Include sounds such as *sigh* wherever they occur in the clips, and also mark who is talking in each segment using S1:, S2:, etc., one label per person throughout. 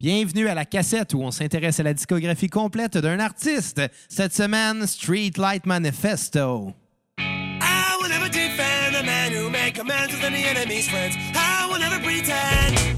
S1: Bienvenue à la cassette où on s'intéresse à la discographie complète d'un artiste. Cette semaine, Street Light Manifesto.
S2: I will never defend the man who made commands within the enemy's friends. I will never pretend.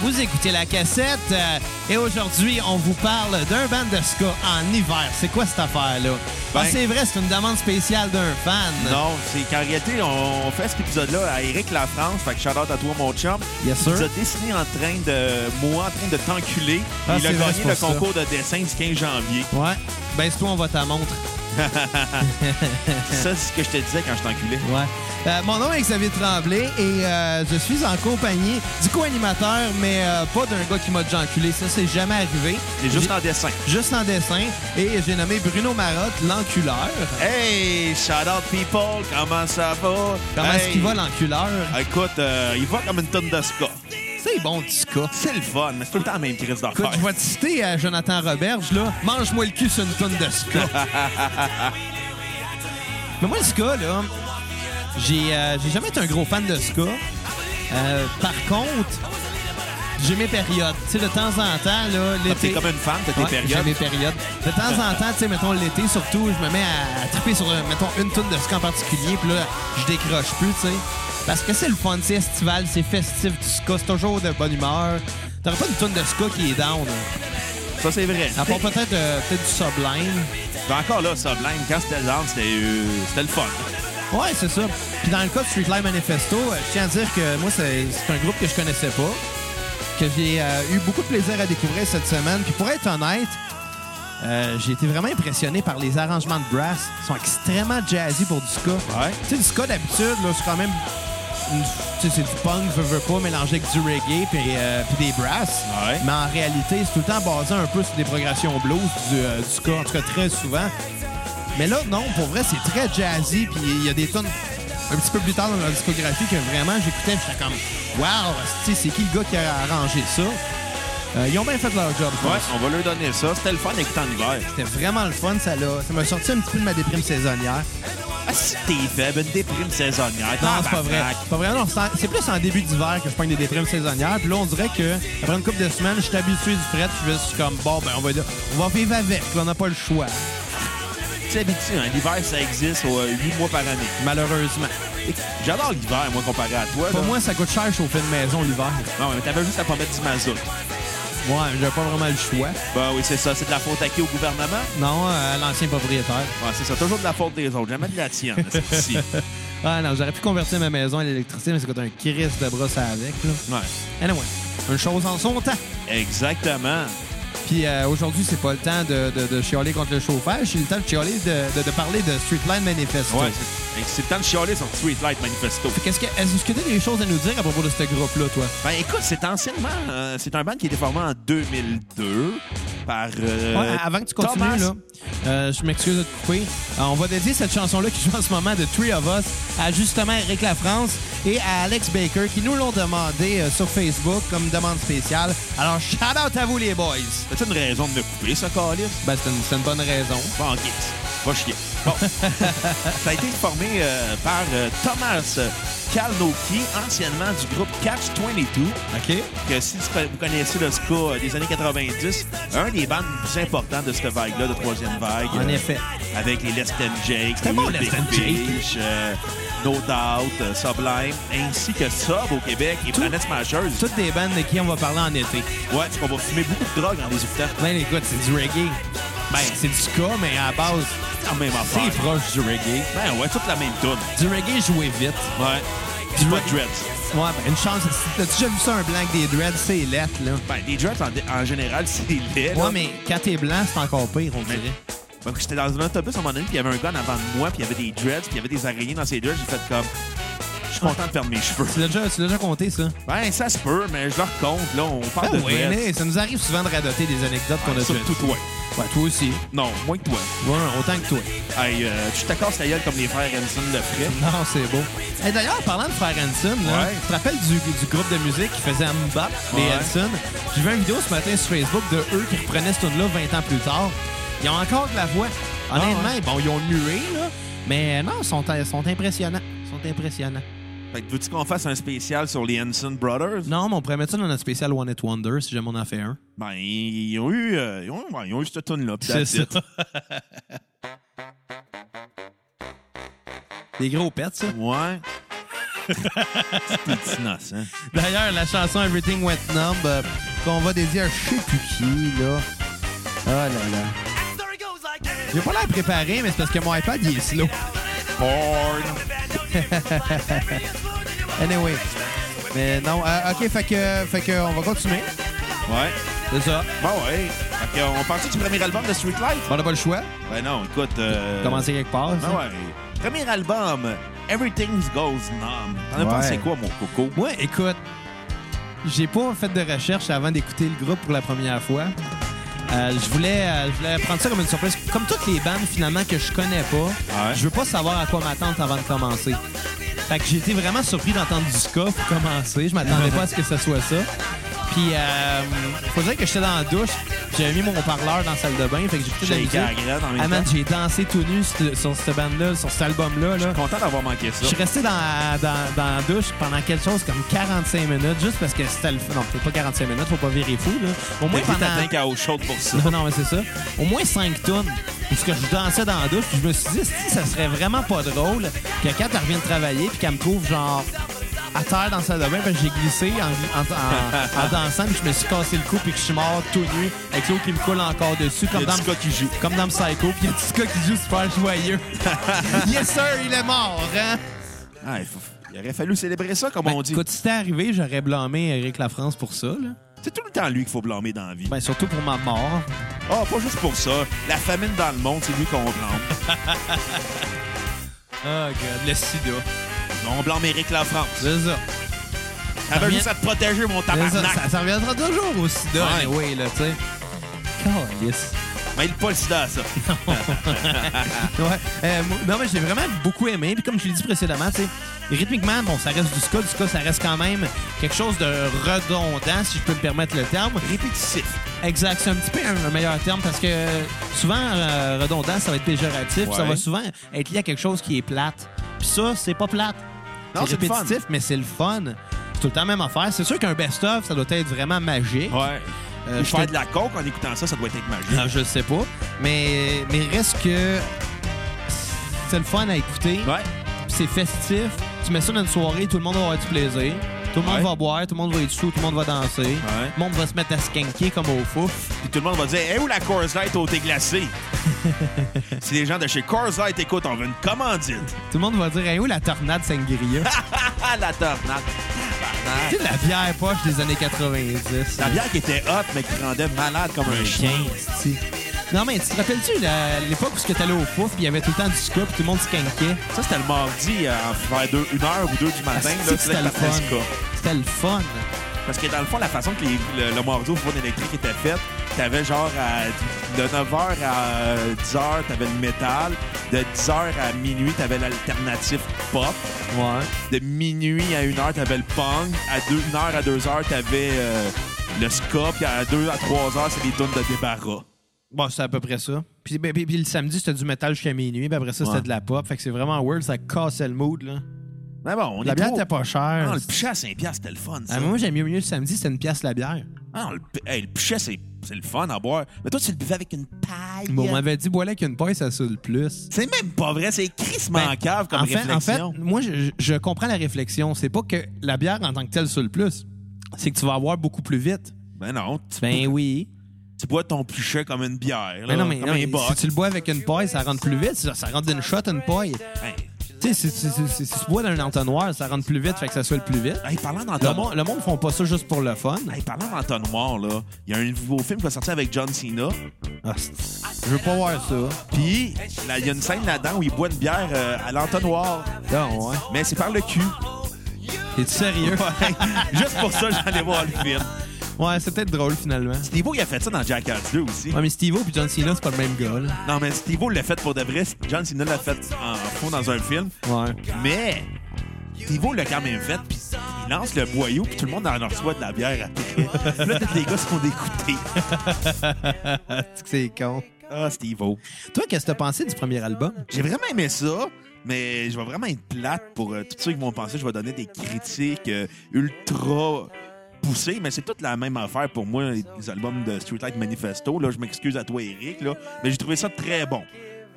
S1: Vous écoutez la cassette euh, et aujourd'hui, on vous parle d'un band de ska en hiver. C'est quoi cette affaire-là?
S3: Ben-
S1: Ah, c'est vrai, c'est une demande spéciale d'un fan.
S3: Non, c'est qu'en réalité, on, on fait cet épisode-là à Eric Lafrance, fait que shout out à toi, mon chum.
S1: Yes,
S3: Il
S1: sir.
S3: nous a dessiné en train de. Moi, en train de t'enculer.
S1: Ah,
S3: il a
S1: c'est vrai,
S3: gagné
S1: c'est
S3: le
S1: pour ça.
S3: concours de dessin du 15 janvier.
S1: *laughs* Ouais. Ben, c'est toi, on va ta montre.
S3: ça, c'est ce que je te disais quand je t'enculais.
S1: Ouais. Euh, mon nom est Xavier Tremblay et euh, je suis en compagnie du co-animateur, mais euh, pas d'un gars qui m'a déjà enculé. Ça, c'est jamais arrivé.
S3: C'est juste
S1: J'ai-
S3: en dessin.
S1: juste en dessin. Et j'ai nommé Bruno Marotte, l'enculeur.
S3: Hey, shout out people, comment ça va?
S1: Comment est-ce
S3: Hey.
S1: qu'il va, l'enculeur?
S3: Écoute, euh, il va comme une tonne de ska.
S1: C'est bon, du ska.
S3: C'est le fun, mais c'est tout le temps la même crise
S1: Écoute,
S3: d'enfer.
S1: je vais te citer euh, Jonathan Roberge, là. Mange-moi le cul sur une tonne de
S3: *laughs*
S1: ska. Mais moi, le ska, là, j'ai euh, j'ai jamais été un gros fan de ska. Euh, par contre, j'ai mes périodes. Tu sais, de temps en temps, là,
S3: Ah, T'es
S1: l'été...
S3: comme une femme, t'as tes
S1: Ouais, j'ai
S3: périodes.
S1: mes périodes. De temps en temps, tu sais, mettons l'été surtout, je me mets à, à triper sur, euh, mettons, une toune de ska en particulier, puis là, je décroche plus, tu sais. Parce que c'est le fun, c'est estival, c'est festif du ska, c'est toujours de bonne humeur. T'auras pas une toune de ska qui est down. hein.
S3: Ça, c'est vrai.
S1: À part peut-être euh, peut-être du sublime.
S3: Puis Encore là, Sublime, quand c'était le down, c'était euh, c'était le fun.
S1: Ouais, c'est ça. Puis dans le cas de Street Life Manifesto, euh, je tiens à dire que moi, c'est c'est un groupe que je connaissais pas, que j'ai euh, eu beaucoup de plaisir à découvrir cette semaine. Puis pour être honnête, euh, j'ai été vraiment impressionné par les arrangements de brass. Ils sont extrêmement jazzy pour du ska.
S3: Ouais.
S1: Tu sais, du ska d'habitude, là, c'est quand même. une- Tu sais, c'est du punk, veux, veux pas, mélangé avec du reggae puis, euh, puis des brass.
S3: Ouais.
S1: Mais en réalité, c'est tout le temps basé un peu sur des progressions blues du, euh, du ska, en tout cas très souvent. Mais là, non, pour vrai, c'est très jazzy. Puis il y a des tonnes un petit peu plus tard dans la discographie que vraiment j'écoutais. J'étais comme, wow, c'est c'est qui le gars qui a arrangé ça? Euh, ils ont bien fait leur job. je
S3: Ouais,
S1: pense.
S3: on va leur donner ça. C'était le fun d'écouter en hiver.
S1: C'était vraiment le fun. Ça l'a- ça m'a sorti un petit peu de ma déprime saisonnière.
S3: Ah, si t'es faible, une déprime saisonnière.
S1: Non, Ah, c'est pas vrai.
S3: tabarnak.
S1: C'est pas vrai. Non, c'est en- c'est plus en début d'hiver que je prends des déprimes saisonnières. Puis là, on dirait que après une couple de semaines, je suis habitué du fret. puis Je suis comme, bon, ben, on va, on va vivre avec. là, on n'a pas le choix,
S3: C'est habitué, hein. L'hiver, ça existe 8 mois par année.
S1: malheureusement.
S3: J'adore l'hiver, moi, comparé à toi.
S1: Pour
S3: là.
S1: moi, ça coûte cher chauffer une maison l'hiver.
S3: Non, mais t'avais juste à pas mettre du mazout.
S1: Ouais, j'ai pas vraiment le choix.
S3: Ben oui, c'est ça. C'est de la faute à qui au gouvernement?
S1: Non, euh, à l'ancien propriétaire.
S3: Ouais, c'est ça. Toujours de la faute des autres. Jamais de la tienne, c'est
S1: *laughs*
S3: ici.
S1: Ah non, j'aurais pu convertir ma maison à l'électricité, mais ça coûte un Chris de brosse à avec. Là.
S3: Ouais.
S1: Anyway, une chose en son temps.
S3: Exactement.
S1: Puis euh, aujourd'hui, c'est pas le temps de, de, de chialer contre le chauffage, c'est le temps de chialer de, de, de parler de Streetline Manifesto.
S3: Ouais. c'est- C'est le temps de chialer sur Street Light Manifesto.
S1: Fait qu'est-ce que, est-ce que t'as des choses à nous dire à propos de ce groupe-là, toi?
S3: Ben écoute, c'est anciennement. euh, c'est un band qui a été formé en 2002 par. euh,
S1: Ouais, avant que tu continues,
S3: Thomas-
S1: là, euh, je m'excuse de te couper. Euh, on va dédier cette chanson-là qui joue en ce moment de Three of Us à justement Eric Lafrance et à Alex Baker qui nous l'ont demandé euh, sur Facebook comme demande spéciale. Alors, shout out à vous, les boys!
S3: T'as-tu une raison de me couper, ça, Calis?
S1: Ben, c'est une, c'est une bonne raison.
S3: Bon, ok. Pas chier.
S1: *laughs*
S3: Bon. ça a été formé euh, par euh, Thomas Kalnoki, anciennement du groupe Catch 22,
S1: OK?
S3: que si vous connaissez le ska euh, des années 90, un des bandes les plus importants de cette vague-là, de troisième vague.
S1: En
S3: euh,
S1: effet.
S3: Avec les Less Than Jake,
S1: C'était bon,
S3: les
S1: Less Than
S3: Big Fish, euh, No Doubt, euh, Sublime, ainsi que Sub au Québec et
S1: Tout-
S3: Planet Smashers.
S1: Toutes des bandes de qui on va parler en été.
S3: Ouais, parce qu'on va fumer beaucoup de drogue en les écoutant.
S1: Ben, écoute, c'est du reggae.
S3: Ben.
S1: c'est du ska, mais à la base,
S3: C'est la même
S1: c'est
S3: affaire.
S1: proche du reggae.
S3: Ben ouais, toute la même tune.
S1: Du reggae joué vite.
S3: Ouais.
S1: Du
S3: Du pas
S1: reggae-
S3: de dreads.
S1: Ouais, ben une chance. T'as-tu déjà vu ça, un blanc avec des dreads? C'est lettre, là.
S3: Ben, des dreads, en, en général, *laughs* c'est laid. là.
S1: Ouais, mais quand t'es blanc, c'est encore pire, on dirait.
S3: Ben, J'étais dans un autobus à un moment donné, puis il y avait un gars en avant de moi, puis il y avait des dreads, puis il y avait des araignées dans ses dreads. J'ai fait comme. Je suis content de perdre
S1: *laughs*
S3: mes cheveux.
S1: Tu l'as déjà, tu l'as déjà compté, ça?
S3: Ben, ça se peut, mais je leur compte. Là, on parle
S1: Ben
S3: de
S1: oui,
S3: dreads. Ben,
S1: mais ça nous arrive souvent de radoter des anecdotes qu'on a
S3: Surtout
S1: déjà
S3: toi.
S1: Ouais, toi aussi.
S3: Non, moins que toi.
S1: Ouais, autant que toi.
S3: Hey, euh, tu te casses la gueule comme les frères Hanson le feraient.
S1: Non, c'est beau. Et D'ailleurs, parlant de frères Hanson, là,
S3: Ouais.
S1: tu te rappelles du, du groupe de musique qui faisait Mbap, les
S3: Ouais.
S1: Hanson? J'ai vu une vidéo ce matin sur Facebook de eux qui reprenaient ce tune-là 20 ans plus tard. Ils ont encore de la voix. Honnêtement,
S3: Ah,
S1: bon, ils ont mué, là, mais non, ils sont, ils sont impressionnants. Ils sont impressionnants.
S3: Fait que veux-tu qu'on fasse un spécial sur les Hanson Brothers?
S1: Non, mais on pourrait mettre ça dans notre spécial One It Wonder si jamais on en fait un.
S3: Ben, ils ont eu, euh, ils ont, ouais, ils ont eu cette tune là
S1: Des gros pets, ça.
S3: Ouais. *laughs* C'était innocent.
S1: D'ailleurs, la chanson Everything Went Numb euh, qu'on va dédier à je sais plus qui, là. Oh là là. J'ai pas l'air préparé, mais c'est parce que mon iPad, il est slow.
S2: *laughs*
S3: Porn.
S1: Anyway. Mais non, euh, OK, fait que, fait que on va continuer.
S3: Ouais.
S1: C'est ça.
S3: Bon, Bah ouais. Fait qu'on partit du premier album de Street Life?
S1: On n'a pas le choix.
S3: Ben non, écoute. Euh...
S1: Commencer quelque part. ça.
S3: Ben ouais. Premier album, Everything Goes Numb. T'en as
S1: Ouais.
S3: pensé quoi, mon coco?
S1: Moi, écoute, j'ai pas fait de recherche avant d'écouter le groupe pour la première fois. Euh, je voulais, euh, je voulais prendre ça comme une surprise. Comme toutes les bandes, finalement, que je connais pas, je veux pas savoir à quoi m'attendre avant de commencer. Fait que j'ai été vraiment surpris d'entendre du ska pour commencer. Je m'attendais pas à ce que ce soit ça. Puis, euh, faut dire que j'étais dans la douche. J'avais mis mon haut-parleur dans la salle de bain. Fait que j'écoutais de la
S3: J'ai
S1: musique.
S3: la en
S1: Ah,
S3: même
S1: man,
S3: temps.
S1: j'ai dansé tout nu sur, sur cette bande-là, sur cet album-là. là.
S3: Content d'avoir manqué ça.
S1: Je suis resté dans, dans, dans la douche pendant quelque chose comme 45 minutes, juste parce que c'était le fun. Non, peut-être pas 45 minutes, faut pas virer fou, là. Au moins
S3: T'as vu ta
S1: pendant...
S3: tank à eau chaude pour ça.
S1: Non, non, mais c'est ça. Au moins 5 tonnes. Parce que je dansais dans la douche, puis je me suis dit, si ça serait vraiment pas drôle que quand elle revient de travailler, puis qu'elle me trouve, genre, à terre dans sa bain, parce que j'ai glissé en, en, en- en dansant, puis je me suis cassé le cou, puis que je suis mort tout nu, avec l'eau qui me coule encore dessus,
S3: Il
S1: comme
S3: y a
S1: dans
S3: du gars qui joue.
S1: comme dans Psycho, puis il y a un petit gars qui joue super
S3: *laughs*
S1: joyeux. yes, sir, il est mort, hein?
S3: Ah, il, faut- il aurait fallu célébrer ça, comme on dit.
S1: Ben, Ah, Écoute, si c'était arrivé, j'aurais blâmé Eric Lafrance pour ça, là.
S3: C'est tout le temps lui qu'il faut blâmer dans la vie.
S1: Ben, surtout pour ma mort.
S3: Ah, pas juste pour ça. La famine dans le monde, c'est lui qu'on blâme.
S1: Oh, God, le sida.
S3: on blâme Éric Lafrance.
S1: C'est ça.
S3: T'avais
S1: revient-
S3: juste à te protéger, mon
S1: C'est ça,
S3: tabarnak.
S1: ça, ça reviendra toujours au sida.
S3: Ouais.
S1: Oui, là, tu sais. Calisse.
S3: Mais il pas le sida à
S1: *laughs*
S3: ça.
S1: Ouais. Euh, moi- non, mais j'ai vraiment beaucoup aimé. Puis comme je l'ai dit précédemment, tu sais, rythmiquement, bon, ça reste du ska. Du ska, ça reste quand même quelque chose de redondant, si je peux me permettre le terme.
S3: Répétitif.
S1: Exact, c'est un petit peu un meilleur terme parce que souvent euh, redondant, ça va être péjoratif,
S3: Ouais.
S1: ça va souvent être lié à quelque chose qui est plate. Puis ça, c'est pas plate.
S3: Non,
S1: C'est
S3: c'est le fun.
S1: répétitif, mais c'est le fun. C'est tout le temps la même affaire. C'est sûr qu'un best-of, ça doit être vraiment magique.
S3: Ouais.
S1: Euh,
S3: Ou
S1: je
S3: faire
S1: te- Ah,
S3: de la coke en écoutant ça, ça doit être magique.
S1: Non, je sais pas. Mais, mais reste que c'est le fun à écouter.
S3: Ouais.
S1: Puis C'est festif. Tu mets ça dans une soirée, tout le monde va avoir du plaisir. Tout le monde
S3: Ouais.
S1: va boire, tout le monde va être sous, tout le monde va danser. Tout le monde va se mettre à skanker comme au fouf.
S3: Puis tout le monde va dire Hey, où la Coors Light au thé
S1: *laughs*
S3: glacé Si les gens de chez Coors Light écoutent, on veut une commandite.
S1: Tout le monde va dire, hey, où la tornade sangria?
S3: Ah, la tornade.
S1: Tu sais, de la bière poche des années 90.
S3: La bière qui était hot, mais qui rendait malade comme un chien.
S1: esti. Non, mais tu te rappelles-tu la- l'époque où ce que t'allais au pouf, puis il y avait tout le temps du ska, puis tout le monde se canquait?
S3: Ça, c'était le mardi, euh, vers 1h ou 2 du matin.
S1: Esti
S3: là,
S1: que c'était
S3: là
S1: le
S3: que partait ce
S1: fun.
S3: cas.
S1: C'était le fun.
S3: Parce que dans le fond, la façon que les- le, le mardi au fourne électrique était fait, t'avais genre à, de 9h à 10h, t'avais le métal. De 10h à minuit, t'avais l'alternative pop.
S1: Ouais.
S3: De minuit à 1h, t'avais le punk. À 1h à 2h, t'avais euh, le ska. Puis à 2 à 3h, c'est les tunes de débarras.
S1: Bon, c'est à peu près ça. Puis, ben, puis- puis le samedi, c'était du métal jusqu'à minuit, puis après ça, c'était
S3: Ouais.
S1: de la pop. Fait que c'est vraiment weird, ça cassait le mood, là.
S3: Mais bon, on
S1: La
S3: est
S1: bière
S3: trop-
S1: était pas chère.
S3: Ah, le pichet à 5 piastres, c'était le fun, ça.
S1: Ah, mais moi, j'aime mieux, mieux le samedi, c'était une pièce la bière.
S3: Ah, le, pi- hey, le pichet, c'est c'est le fun à boire. Mais toi, tu le buvais avec une paille.
S1: Bon, on m'avait dit, bois-la qu'une paille, ça saoule plus.
S3: C'est même pas vrai. C'est crissement
S1: Ben,
S3: cave comme
S1: en fait,
S3: réflexion.
S1: en fait, moi, je, je comprends la réflexion. C'est pas que la bière en tant que telle sur le plus, c'est que tu vas avoir beaucoup plus vite.
S3: Ben non, tu,
S1: Ben oui.
S3: tu bois ton pichet comme une bière, là,
S1: Ben non, mais,
S3: comme
S1: non,
S3: un
S1: mais
S3: boc.
S1: si tu le bois avec une paille, ça rentre plus vite. Ça, ça rentre d'une shot, une paille.
S3: Hey,
S1: Tu sais, si, si- si- si- si tu bois dans un entonnoir, ça rentre plus vite, fait que ça soit le plus vite.
S3: hey, parlant
S1: Le
S3: d'entonnoir,
S1: monde, le monde font pas ça juste pour le fun.
S3: hey, parlant d'entonnoir, là, il y a un nouveau film qui va sortir avec John Cena.
S1: Ah, c'est- je veux pas voir ça.
S3: Puis là, il y a une scène là-dedans où il boit une bière euh, à l'entonnoir,
S1: Non, ouais.
S3: mais c'est par le cul.
S1: *laughs* T'es sérieux?
S3: Juste pour ça, j'allais voir le film.
S1: Ouais, c'est peut-être drôle finalement.
S3: Steve-O, il a fait ça dans Jackass 2 aussi.
S1: Ouais, mais Steve-O puis John Cena, c'est pas le même gars, là.
S3: Non, mais Steve-O l'a fait pour de vrai. John Cena l'a fait en faux dans un film.
S1: Ouais.
S3: Mais Steve-O l'a quand même fait, puis il lance le boyau, puis tout le monde en reçoit de la bière après. là, tous les gars se font dégoûter.
S1: Tu que c'est con.
S3: Ah, Steve-O.
S1: Toi, qu'est-ce que t'as pensé du premier album?
S3: J'ai vraiment aimé ça, mais je vais vraiment être plate pour euh, tous ceux qui vont penser que je vais donner des critiques euh, ultra poussées, mais c'est toute la même affaire pour moi, les- les albums de Streetlight Manifesto. Là, je m'excuse à toi, Eric, là, mais j'ai trouvé ça très bon.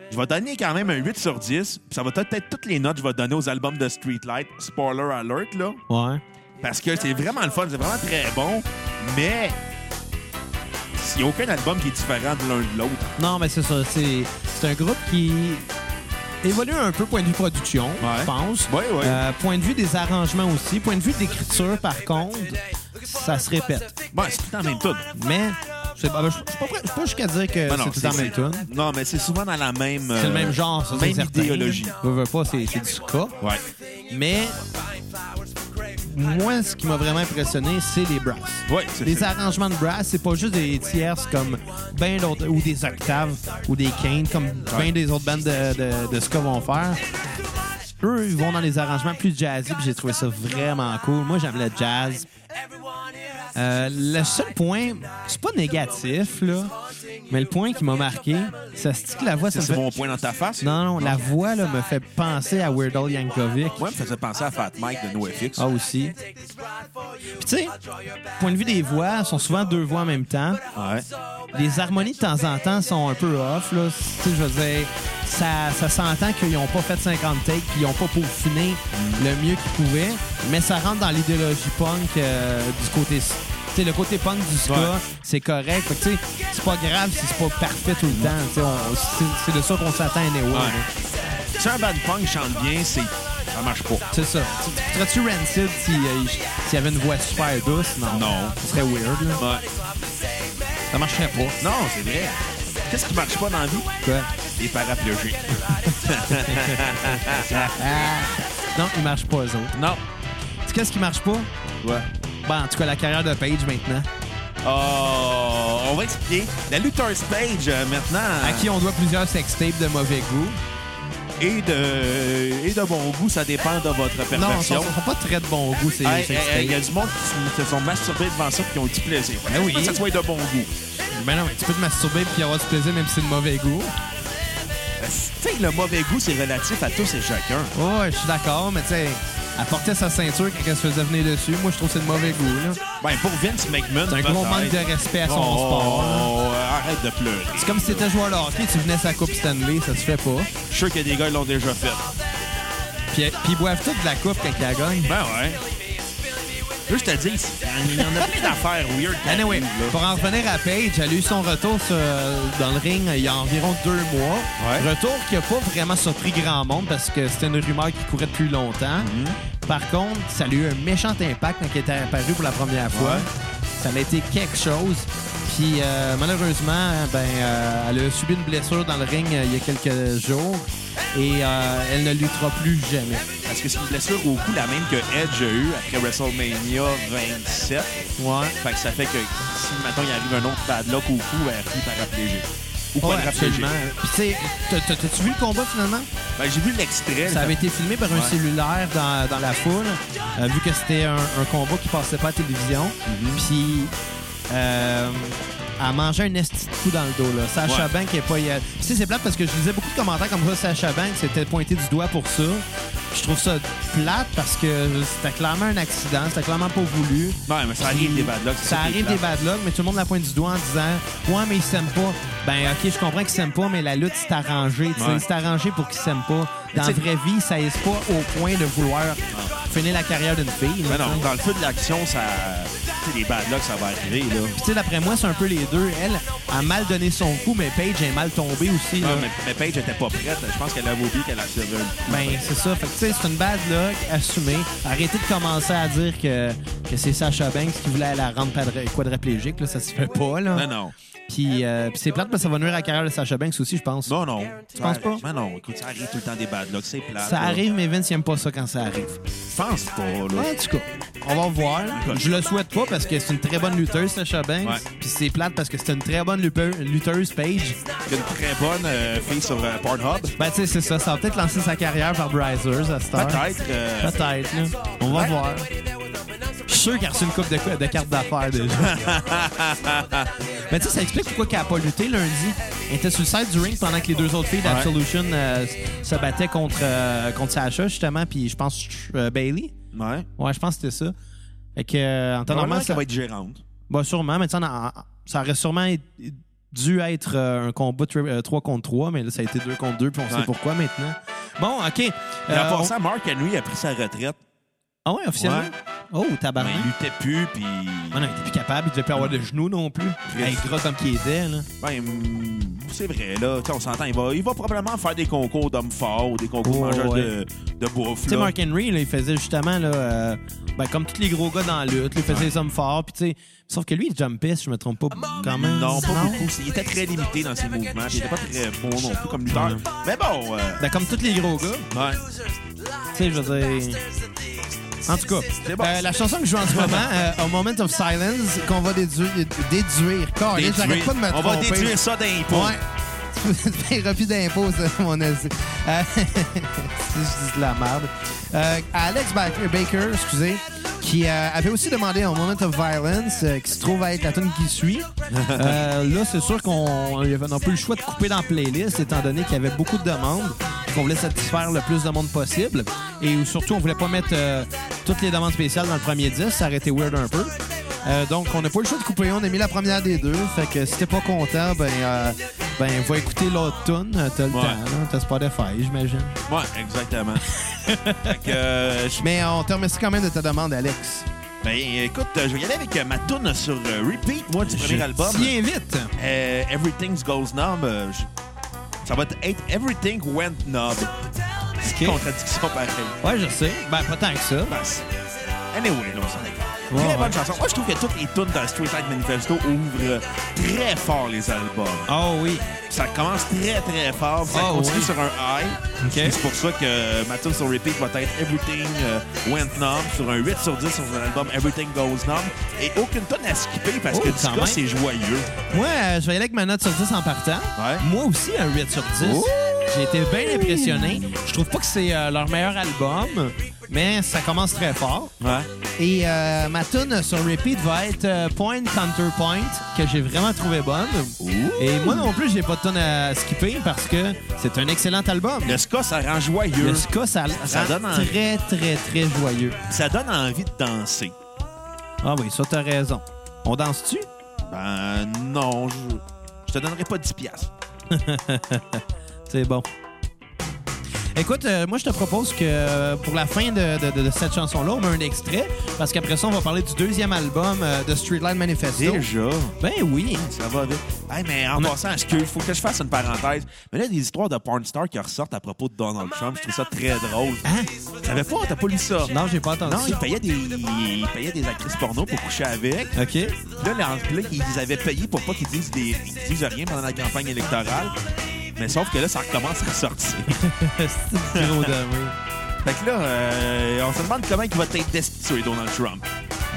S3: Je vais donner quand même un 8 sur 10. puis Ça va peut-être être toutes les notes que je vais donner aux albums de Streetlight. Spoiler alert, là.
S1: Ouais.
S3: Parce que c'est vraiment le fun, c'est vraiment très bon, mais il n'y a aucun album qui est différent de l'un de l'autre.
S1: Non, mais c'est ça. C'est c'est un groupe qui évolue un peu point de vue production, je pense.
S3: Ouais, ouais.
S1: Euh, point de vue des arrangements aussi. Point de vue d'écriture, par contre, ça se répète.
S3: Bon, c'est tout en même tout.
S1: Mais c'est ah ben, je je suis pas, prêt- je suis pas jusqu'à dire que
S3: Ah Ben Non, non,
S1: c'est tout en même
S3: c'est-
S1: tune.
S3: Non, mais c'est souvent dans la même. euh,
S1: C'est le même genre, ça, c'est
S3: Même
S1: certain.
S3: idéologie.
S1: Veux, veux pas, c'est c'est du ska.
S3: Ouais.
S1: Mais moi, ce qui m'a vraiment impressionné, c'est les brasses.
S3: Ouais,
S1: *laughs*
S3: c'est
S1: Les
S3: ça.
S1: arrangements de brass, c'est pas juste des tierces comme ben d'autres, ou des octaves, ou des quintes, comme bien des autres bandes de, de, de ska vont faire. Eux, ils vont dans les arrangements plus jazzy, puis j'ai trouvé ça vraiment cool. Moi, j'aime le jazz. Euh, le seul point, c'est pas négatif, là, mais le point qui m'a marqué, ça se dit que la voix, ça
S3: Ça,
S1: me
S3: C'est
S1: fait...
S3: mon point dans ta face.
S1: Non, non, la voix, là, me fait penser à Weird Al Yankovic.
S3: Moi, ça me faisait penser à Fat Mike de NoFX.
S1: Ah, aussi. Puis, tu sais, point de vue des voix, sont souvent deux voix en même temps.
S3: Ouais.
S1: Les harmonies, de temps en temps, sont un peu off, là. Tu sais, je veux dire, ça, ça s'entend qu'ils n'ont pas fait 50 takes, qu'ils n'ont pas peaufiné le mieux qu'ils pouvaient, mais ça rentre dans l'idéologie punk euh, du côté... Tu sais, le côté punk du ska,
S3: Ouais.
S1: c'est correct. Fait que, tu sais, c'est pas grave si c'est pas parfait tout le temps. Tu sais, on- c'est- C'est de ça qu'on s'attend anyway.
S3: Ouais.
S1: là.
S3: Si un bad punk chante bien, c'est. Ça marche pas.
S1: C'est ça. Tu- tu Écouterais-tu Rancid si, euh, il- s'il y avait une voix super douce? Non.
S3: Non.
S1: Ce serait weird, là.
S3: Ouais.
S1: Ça marcherait pas.
S3: Non, c'est vrai. Qu'est-ce qui marche pas dans la vie?
S1: Quoi?
S3: Les paraplégiques.
S1: *laughs* Non, il marche pas, eux autres.
S3: Non.
S1: Tu sais, Qu'est-ce qui marche pas?
S3: Ouais.
S1: Ben, en tout cas, la carrière de Page maintenant.
S3: Oh, on va expliquer. La Luther's Page, euh, maintenant.
S1: À qui on doit plusieurs sextapes de mauvais goût.
S3: et, de... et de bon goût, ça dépend de votre
S1: Non, ils sont,
S3: perception.
S1: ils sont pas très de bon goût, ces
S3: Il
S1: sextapes.
S3: y a du monde qui se sont masturbés devant ça et qui ont eu du plaisir.
S1: Ben oui.
S3: Que ça soit de bon goût. Euh,
S1: Ben non, mais tu peux te masturber puis avoir du plaisir même si c'est de mauvais goût.
S3: Tu sais, le mauvais goût, c'est relatif à tous et chacun.
S1: Ouais, je suis d'accord, mais tu sais, elle portait sa ceinture quand elle se faisait venir dessus. Moi, je trouve que c'est de mauvais goût, là. Bah,
S3: Ben, pour Vince McMahon,
S1: C'est un gros
S3: peut-être.
S1: manque de respect à son
S3: Oh,
S1: sport, hein. là.
S3: euh, arrête de pleurer.
S1: C'est comme si t'étais joueur de hockey, tu venais sa coupe Stanley, ça se fait pas.
S3: Je suis sûr que des gars ils l'ont déjà fait.
S1: Puis, puis ils boivent toute la coupe quand ils la gagnent.
S3: Ben ouais. Là, je te dis, il y en a plein d'affaires weird.
S1: Anyway,
S3: là.
S1: pour en revenir à Paige, elle a eu son retour sur- dans le ring euh, il y a environ deux mois.
S3: Ouais.
S1: Retour qui n'a pas vraiment surpris grand monde parce que c'était une rumeur qui courait depuis longtemps. Par contre, ça a eu un méchant impact quand elle était apparue pour la première fois. Ça a été quelque chose. Puis euh, malheureusement, ben, euh, elle a subi une blessure dans le ring euh, il y a quelques jours et euh, elle ne luttera plus jamais.
S3: Parce que c'est une blessure au cou la même que Edge a eu après WrestleMania 27.
S1: Ouais.
S3: Fait que ça fait que si maintenant il arrive un autre padlock au cou, elle finit paraplégique. Ou
S1: Ouais,
S3: quadriplégique.
S1: Oh, absolument. Puis tu sais, t'as- t'as- t'as-tu vu le combat finalement?
S3: Ben, j'ai vu l'extrait.
S1: Ça avait été filmé par un
S3: Ouais.
S1: cellulaire dans, dans la foule, euh, vu que c'était un, un combat qui passait pas à la télévision.
S3: Mhm.
S1: Puis, euh, elle mangeait un esti de coup dans le dos. Là. Sacha
S3: Ouais.
S1: Banks est pas... y allée. Puis, tu sais, c'est plate parce que je lisais beaucoup de commentaires comme ça. Sacha Banks s'était pointé du doigt pour ça. Je trouve ça plate parce que c'était clairement un accident. C'était clairement pas voulu.
S3: Non, Ben, mais ça arrive des padlocks.
S1: Ça arrive des bad luck, mais tout le monde la pointe du doigt en disant Ouais, mais ils s'aiment pas. Ben, OK, je comprends qu'ils s'aiment pas, mais la lutte, c'est arrangé. tu sais,
S3: Ouais.
S1: C'est arrangé pour qu'ils s'aiment pas. Dans la
S3: tu sais-
S1: vraie vie, ça n'aise pas au point de vouloir finir la carrière d'une fille. là,
S3: Mais non,
S1: tu sais.
S3: dans le feu de l'action, ça. Tu sais, les badlocks, ça va arriver, là.
S1: Puis, tu sais, d'après moi, c'est un peu les deux. Elle a mal donné son coup, mais Paige est mal tombée aussi. là.
S3: Ouais, Ah, mais, mais Paige était pas prête. Je pense qu'elle avait oublié qu'elle a servi un coup.
S1: Ben, c'est ça. Fait que, tu sais, c'est une bad luck assumée. Arrêtez de commencer à dire que que c'est Sacha Banks qui voulait la rendre padra- quadraplégique. Là, ça se fait pas. Là.
S3: Non, non.
S1: Puis, euh, puis c'est plate parce que ça va nuire à la carrière de Sacha Banks aussi, je pense.
S3: Non, non. Tu
S1: penses pas?
S3: Non, non. Écoute, ça arrive tout le temps des bad luck. C'est plat.
S1: Ça arrive, mais Vince n'aime pas ça quand ça arrive.
S3: Je pense pas, là.
S1: En tout cas, on va voir. Je le souhaite pas parce que c'est une très bonne lutteuse, Sacha Banks.
S3: Ouais.
S1: Puis c'est plate parce que c'est une très bonne lupe- lutteuse, Paige.
S3: Il y a une très bonne euh, fille sur euh, Pornhub.
S1: Ben, tu sais, c'est ça. Ça va peut-être lancer sa carrière par Brisers à cette heure.
S3: Peut-être. euh,
S1: Peut-être, là. On va voir. Je suis sûr qu'elle a reçu une coupe de, de cartes d'affaires déjà. *laughs* Mais tu sais, ça explique pourquoi qu'elle n'a pas lutté lundi. Elle était sur le site du ring pendant que les deux autres filles d'Absolution euh, se battaient contre, euh, contre Sasha, justement, puis je pense Bailey.
S3: Ouais.
S1: Ouais, je pense que c'était ça. Fait que, euh, en temps normal,
S3: Normalement, ça
S1: ça
S3: va être gérante.
S1: Bah, sûrement, mais tu sais, on a- ça aurait sûrement é- dû être euh, un combat 3 contre 3, mais là, ça a été 2 contre 2, puis on
S3: Ouais.
S1: sait pourquoi maintenant. Bon, OK.
S3: Et
S1: Euh,
S3: en
S1: on-
S3: passant, Mark Henry a pris sa retraite.
S1: Ah ouais, officiellement?
S3: Ouais.
S1: Oh,
S3: Mais
S1: tabarnak.
S3: il luttait plus, puis...
S1: Ah non, il était plus capable, il devait plus avoir de genoux non plus.
S3: Plus.
S1: Hey, gras comme qu'il était, là.
S3: Ben, hum, c'est vrai, là. Tu sais, on s'entend. Il va, il va probablement faire des concours d'hommes forts ou des concours
S1: Oh,
S3: mangeurs
S1: ouais.
S3: de, de bouffe,
S1: Tu sais,
S3: là.
S1: Mark Henry, là, il faisait justement, là, euh, ben, comme tous les gros gars dans la lutte, là, il faisait les hommes forts, puis tu sais, sauf que lui, il jumpait, si je me trompe pas, quand même.
S3: Non, pas beaucoup. C'est- Il était très limité dans ses mouvements. puis Il était pas très bon non plus comme lutteur. Mais bon, euh,
S1: Ben, comme tous les gros gars,
S3: ouais.
S1: tu sais, je veux dire. En tout cas,
S3: C'est bon.
S1: euh, la chanson que je joue en ce moment, euh, A Moment of Silence, qu'on va déduire. déduire. Carlis, j'arrête pas de me
S3: on va
S1: tromper.
S3: déduire ça d'impôt.
S1: Ouais. *laughs* Tu paieras plus Ben, d'impôts, ça, *laughs* mon asie. Euh, si je dis de la merde. Euh, Alex Baker, Baker, excusez, qui euh, avait aussi demandé un Moment of Violence, euh, qui se trouve à être la tune qui suit. Euh, là, c'est sûr qu'on il y avait un peu le choix de couper dans la playlist, étant donné qu'il y avait beaucoup de demandes, qu'on voulait satisfaire le plus de monde possible. Et surtout, on voulait pas mettre euh, toutes les demandes spéciales dans le premier disque, ça aurait été weird un peu. Euh, donc, on n'a pas eu le choix de couper. On a mis la première des deux. Fait que si t'es pas content, ben, euh, ben va écouter l'autre tune. Euh, T'as le
S3: Ouais.
S1: temps. là. T'as Spotify, j'imagine.
S3: Ouais,
S1: *laughs*
S3: exactement. fait que, euh, je-
S1: Mais on te remercie quand même de ta demande, Alex.
S3: ben, écoute, euh, je vais y aller avec euh, ma toune sur euh, Repeat, moi, du premier album.
S1: Tiens vite.
S3: Euh, Everything Goes Numb. euh, je- Ça va être être Everything Went Numb. Contradiction pareille.
S1: Ouais, je sais. Ben, pas tant que ça.
S3: Ben, c'est- Anyway, là, on s'en est.
S1: Ouais,
S3: Très
S1: ouais.
S3: bonne chanson. Moi, je trouve que toutes les tunes dans Street Light Manifesto ouvrent euh, très fort les albums.
S1: Oh oui.
S3: Ça commence très très fort, puis ça
S1: Ah,
S3: continue
S1: oui.
S3: sur un high.
S1: OK.
S3: Et C'est pour ça que ma tune sur repeat va être Everything euh, Went Numb sur un 8 sur 10 sur un album Everything Goes Numb et aucune tonne à skipper parce
S1: Oh,
S3: que
S1: quand
S3: Disco
S1: même.
S3: c'est joyeux.
S1: Moi, euh, je vais y aller avec ma note sur 10 en partant.
S3: Ouais.
S1: Moi aussi, un 8 sur 10.
S3: Ouh.
S1: J'ai été bien impressionné. Je trouve pas que c'est euh, leur meilleur album, mais ça commence très fort.
S3: Ouais.
S1: Et euh, ma tune sur repeat va être euh, Point Counter Point, que j'ai vraiment trouvé bonne. Et moi non plus, j'ai pas de tune à skipper parce que c'est un excellent album.
S3: Le ska ça rend joyeux.
S1: Le ska, ça,
S3: Ça
S1: rend
S3: donne envie.
S1: très, très, très joyeux.
S3: Ça donne envie de danser.
S1: Ah oui, ça, t'as raison. On danse-tu?
S3: Ben non, je, je te donnerai pas 10 piastres.
S1: C'est bon. Écoute, euh, moi, je te propose que euh, pour la fin de, de- de- de cette chanson-là, on met un extrait parce qu'après ça, on va parler du deuxième album euh, de Streetlight Manifesto.
S3: Déjà.
S1: Ben oui.
S3: Ça va vite. Hey, mais en
S1: Non.
S3: passant, est-ce qu'il faut que je fasse une parenthèse? Mais là, des histoires de pornstar qui ressortent à propos de Donald Trump, je trouve ça très drôle.
S1: Hein?
S3: T'avais pas, t'as pas lu ça?
S1: Non, j'ai pas entendu.
S3: Non, il payait des, il payait des actrices porno pour coucher avec.
S1: OK.
S3: Là, les, là, ils avaient payé pour pas qu'ils disent, des, qu'ils disent rien pendant la campagne électorale. Mais sauf que là, ça recommence à ressortir. *laughs*
S1: *laughs* C'est gros demain.
S3: fait que là, euh, on se demande comment il va être destitué, Donald Trump.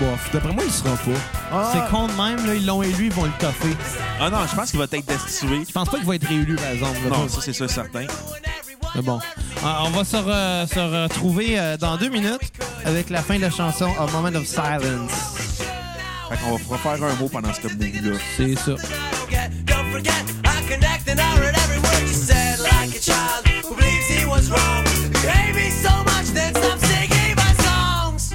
S1: Bof, d'après moi, il sera pas.
S3: Ah.
S1: C'est con de même, là, ils l'ont élu, ils vont le toffer.
S3: Ah non, je pense qu'il va être destitué.
S1: Je pense pas qu'il va être réélu, par exemple. là.
S3: Non, ça, c'est sûr, certain.
S1: Mais bon. Ah, on va se, re- se retrouver euh, dans deux minutes avec la fin de la chanson A Moment of Silence.
S3: Fait qu'on va faire un mot pendant ce bout-là.
S1: C'est ça.
S2: Don't forget, I connect and I read every word you said like a child who believes he was wrong. You hate me so much that stop singing my songs.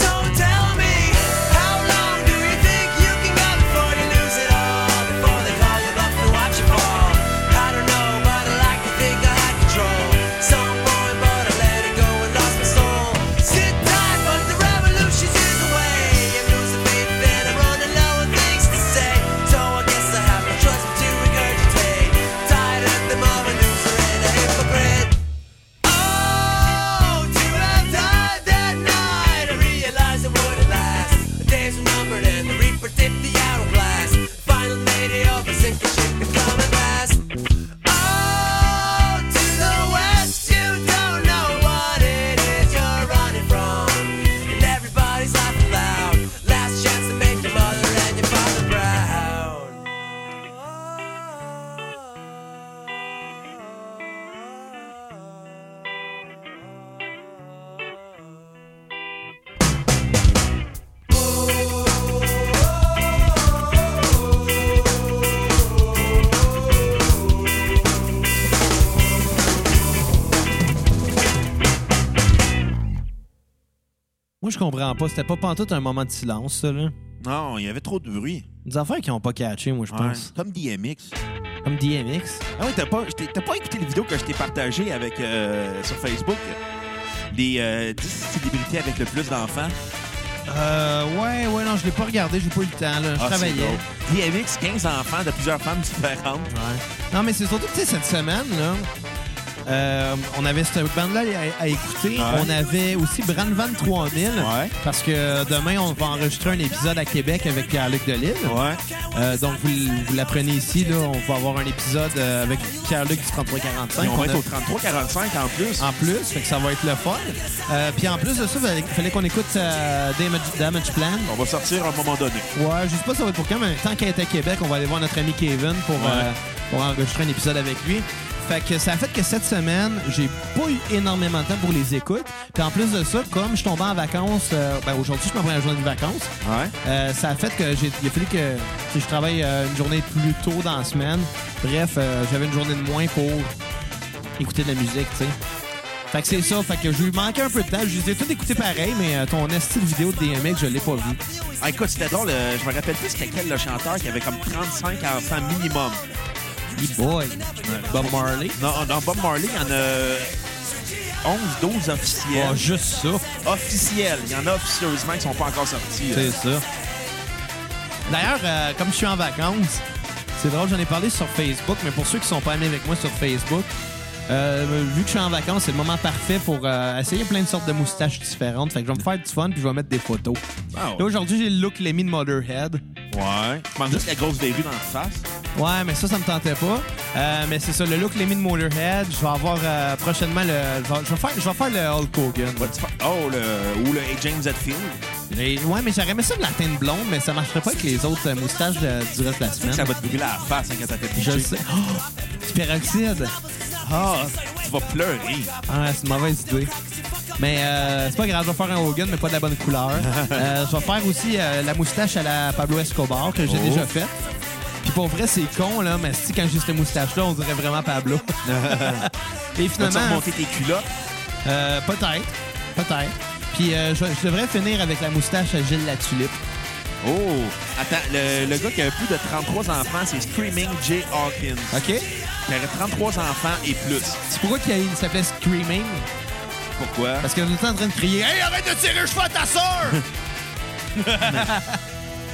S2: So tell me, how long do you think you can go before you lose it all? Before they call you up to watch you fall? I don't know, but I like to think I had to Oh, Oh,
S1: Moi, je comprends pas. C'était pas pantoute un moment de silence, ça, là.
S3: Non, il y avait trop de bruit.
S1: Des affaires qui ont pas catché, moi, je
S3: Ouais,
S1: pense.
S3: Comme DMX.
S1: Comme DMX.
S3: Ah oui, t'as pas, je t'ai- t'as pas écouté les vidéos que je t'ai partagées avec, euh, sur Facebook? Les euh, 10 célébrités avec le plus d'enfants.
S1: Euh, ouais, ouais, non, je l'ai pas regardé, j'ai pas eu le temps, là. Je
S3: Ah, c'est
S1: travaillais.
S3: drôle. DMX, 15 enfants de plusieurs femmes différentes.
S1: Ouais. Non, mais c'est surtout, tu sais, cette semaine, là, euh, on avait cette bande-là à, à écouter.
S3: Ouais.
S1: On avait aussi Brandvan 3000.
S3: Ouais.
S1: Parce que demain, on va enregistrer un épisode à Québec avec Pierre-Luc Delisle.
S3: Ouais.
S1: Euh, donc, vous, l- vous l'apprenez ici, là, on va avoir un épisode euh, avec Pierre-Luc du 3345.
S3: Puis on va
S1: qu'on
S3: être
S1: a-
S3: au 33-45 en plus.
S1: en plus, fait que ça va être le fun. Euh, Puis en plus de ça, il fallait qu'on écoute euh, Damage, Damage Plan.
S3: On va sortir à un moment donné.
S1: Ouais, je sais pas ça va être pour quand, mais tant qu'elle est à Québec, on va aller voir notre ami Kevin pour, euh, pour enregistrer un épisode avec lui. Fait que ça a fait que cette semaine, j'ai pas eu énormément de temps pour les écoutes. Puis en plus de ça, comme je suis tombé en vacances, euh, ben aujourd'hui, je ma première journée de vacances,
S3: Ouais.
S1: euh, ça a fait que j'ai il a fallu que tu sais, je travaille euh, une journée plus tôt dans la semaine. Bref, euh, j'avais une journée de moins pour écouter de la musique, tu sais. Fait que c'est ça, fait que je lui manquais un peu de temps. Je les ai tout écoutés pareil, mais euh, ton style vidéo de DMX, je l'ai pas vu.
S3: Ah, écoute, c'était drôle. euh, je me rappelle plus c'était quel le chanteur qui avait comme 35 enfants minimum.
S1: Hey boy. Bob Marley.
S3: Non, dans Bob Marley, il y en a 11, 12 officiels.
S1: Oh, juste ça.
S3: officiels. Il y en a officieusement qui sont pas encore sortis.
S1: C'est ça. D'ailleurs, euh, comme je suis en vacances, c'est drôle, j'en ai parlé sur Facebook, mais pour ceux qui sont pas amis avec moi sur Facebook, euh, vu que je suis en vacances, c'est le moment parfait pour euh, essayer plein de sortes de moustaches différentes. Fait que je vais me faire du fun puis je vais mettre des photos.
S3: Ah,
S1: Là, aujourd'hui, j'ai le look Lemmy de Motherhead.
S3: ouais. Tu manques juste la grosse verrue dans la face.
S1: Ouais, mais ça, ça me tentait pas. Euh, mais c'est ça, le look Lemmy de Motherhead. Je vais avoir euh, prochainement le. Je vais, je vais faire, je vais faire le Hulk Hogan.
S3: Vas-tu faire- Oh, le... ou le James Hetfield.
S1: Et- ouais, mais j'aurais aimé ça de la teinte blonde, mais ça marcherait pas avec les autres euh, moustaches euh, du reste de la
S3: Ça
S1: semaine.
S3: va te brûler la face hein, quand t'as fait
S1: Je
S3: piger.
S1: le sais. Oh, du peroxyde. Ah,
S3: Tu vas pleurer.
S1: ah, c'est une mauvaise idée. Mais euh, c'est pas grave, je vais faire un Hogan, mais pas de la bonne
S3: *laughs*
S1: couleur. Euh, je vais faire aussi euh, la moustache à la Pablo Escobar que j'ai
S3: Oh.
S1: déjà faite. Puis pour vrai, c'est con, là, mais si quand j'ai cette moustache-là, on dirait vraiment Pablo.
S3: *laughs*
S1: Et
S3: Vas-tu
S1: finalement,
S3: remonter tes culottes?
S1: euh, peut-être, peut-être. Puis euh, je, je devrais finir avec la moustache à Gilles La Tulipe.
S3: Oh! Attends, le, le gars qui a plus de 33 enfants, c'est Screaming Jay Hawkins.
S1: OK?
S3: Qui aurait 33 enfants et plus.
S1: C'est pourquoi qu'il y a- il s'appelait Screaming?
S3: Pourquoi?
S1: Parce qu'on était en train de crier Hey, arrête de tirer le cheveu à ta sœur!
S3: *laughs*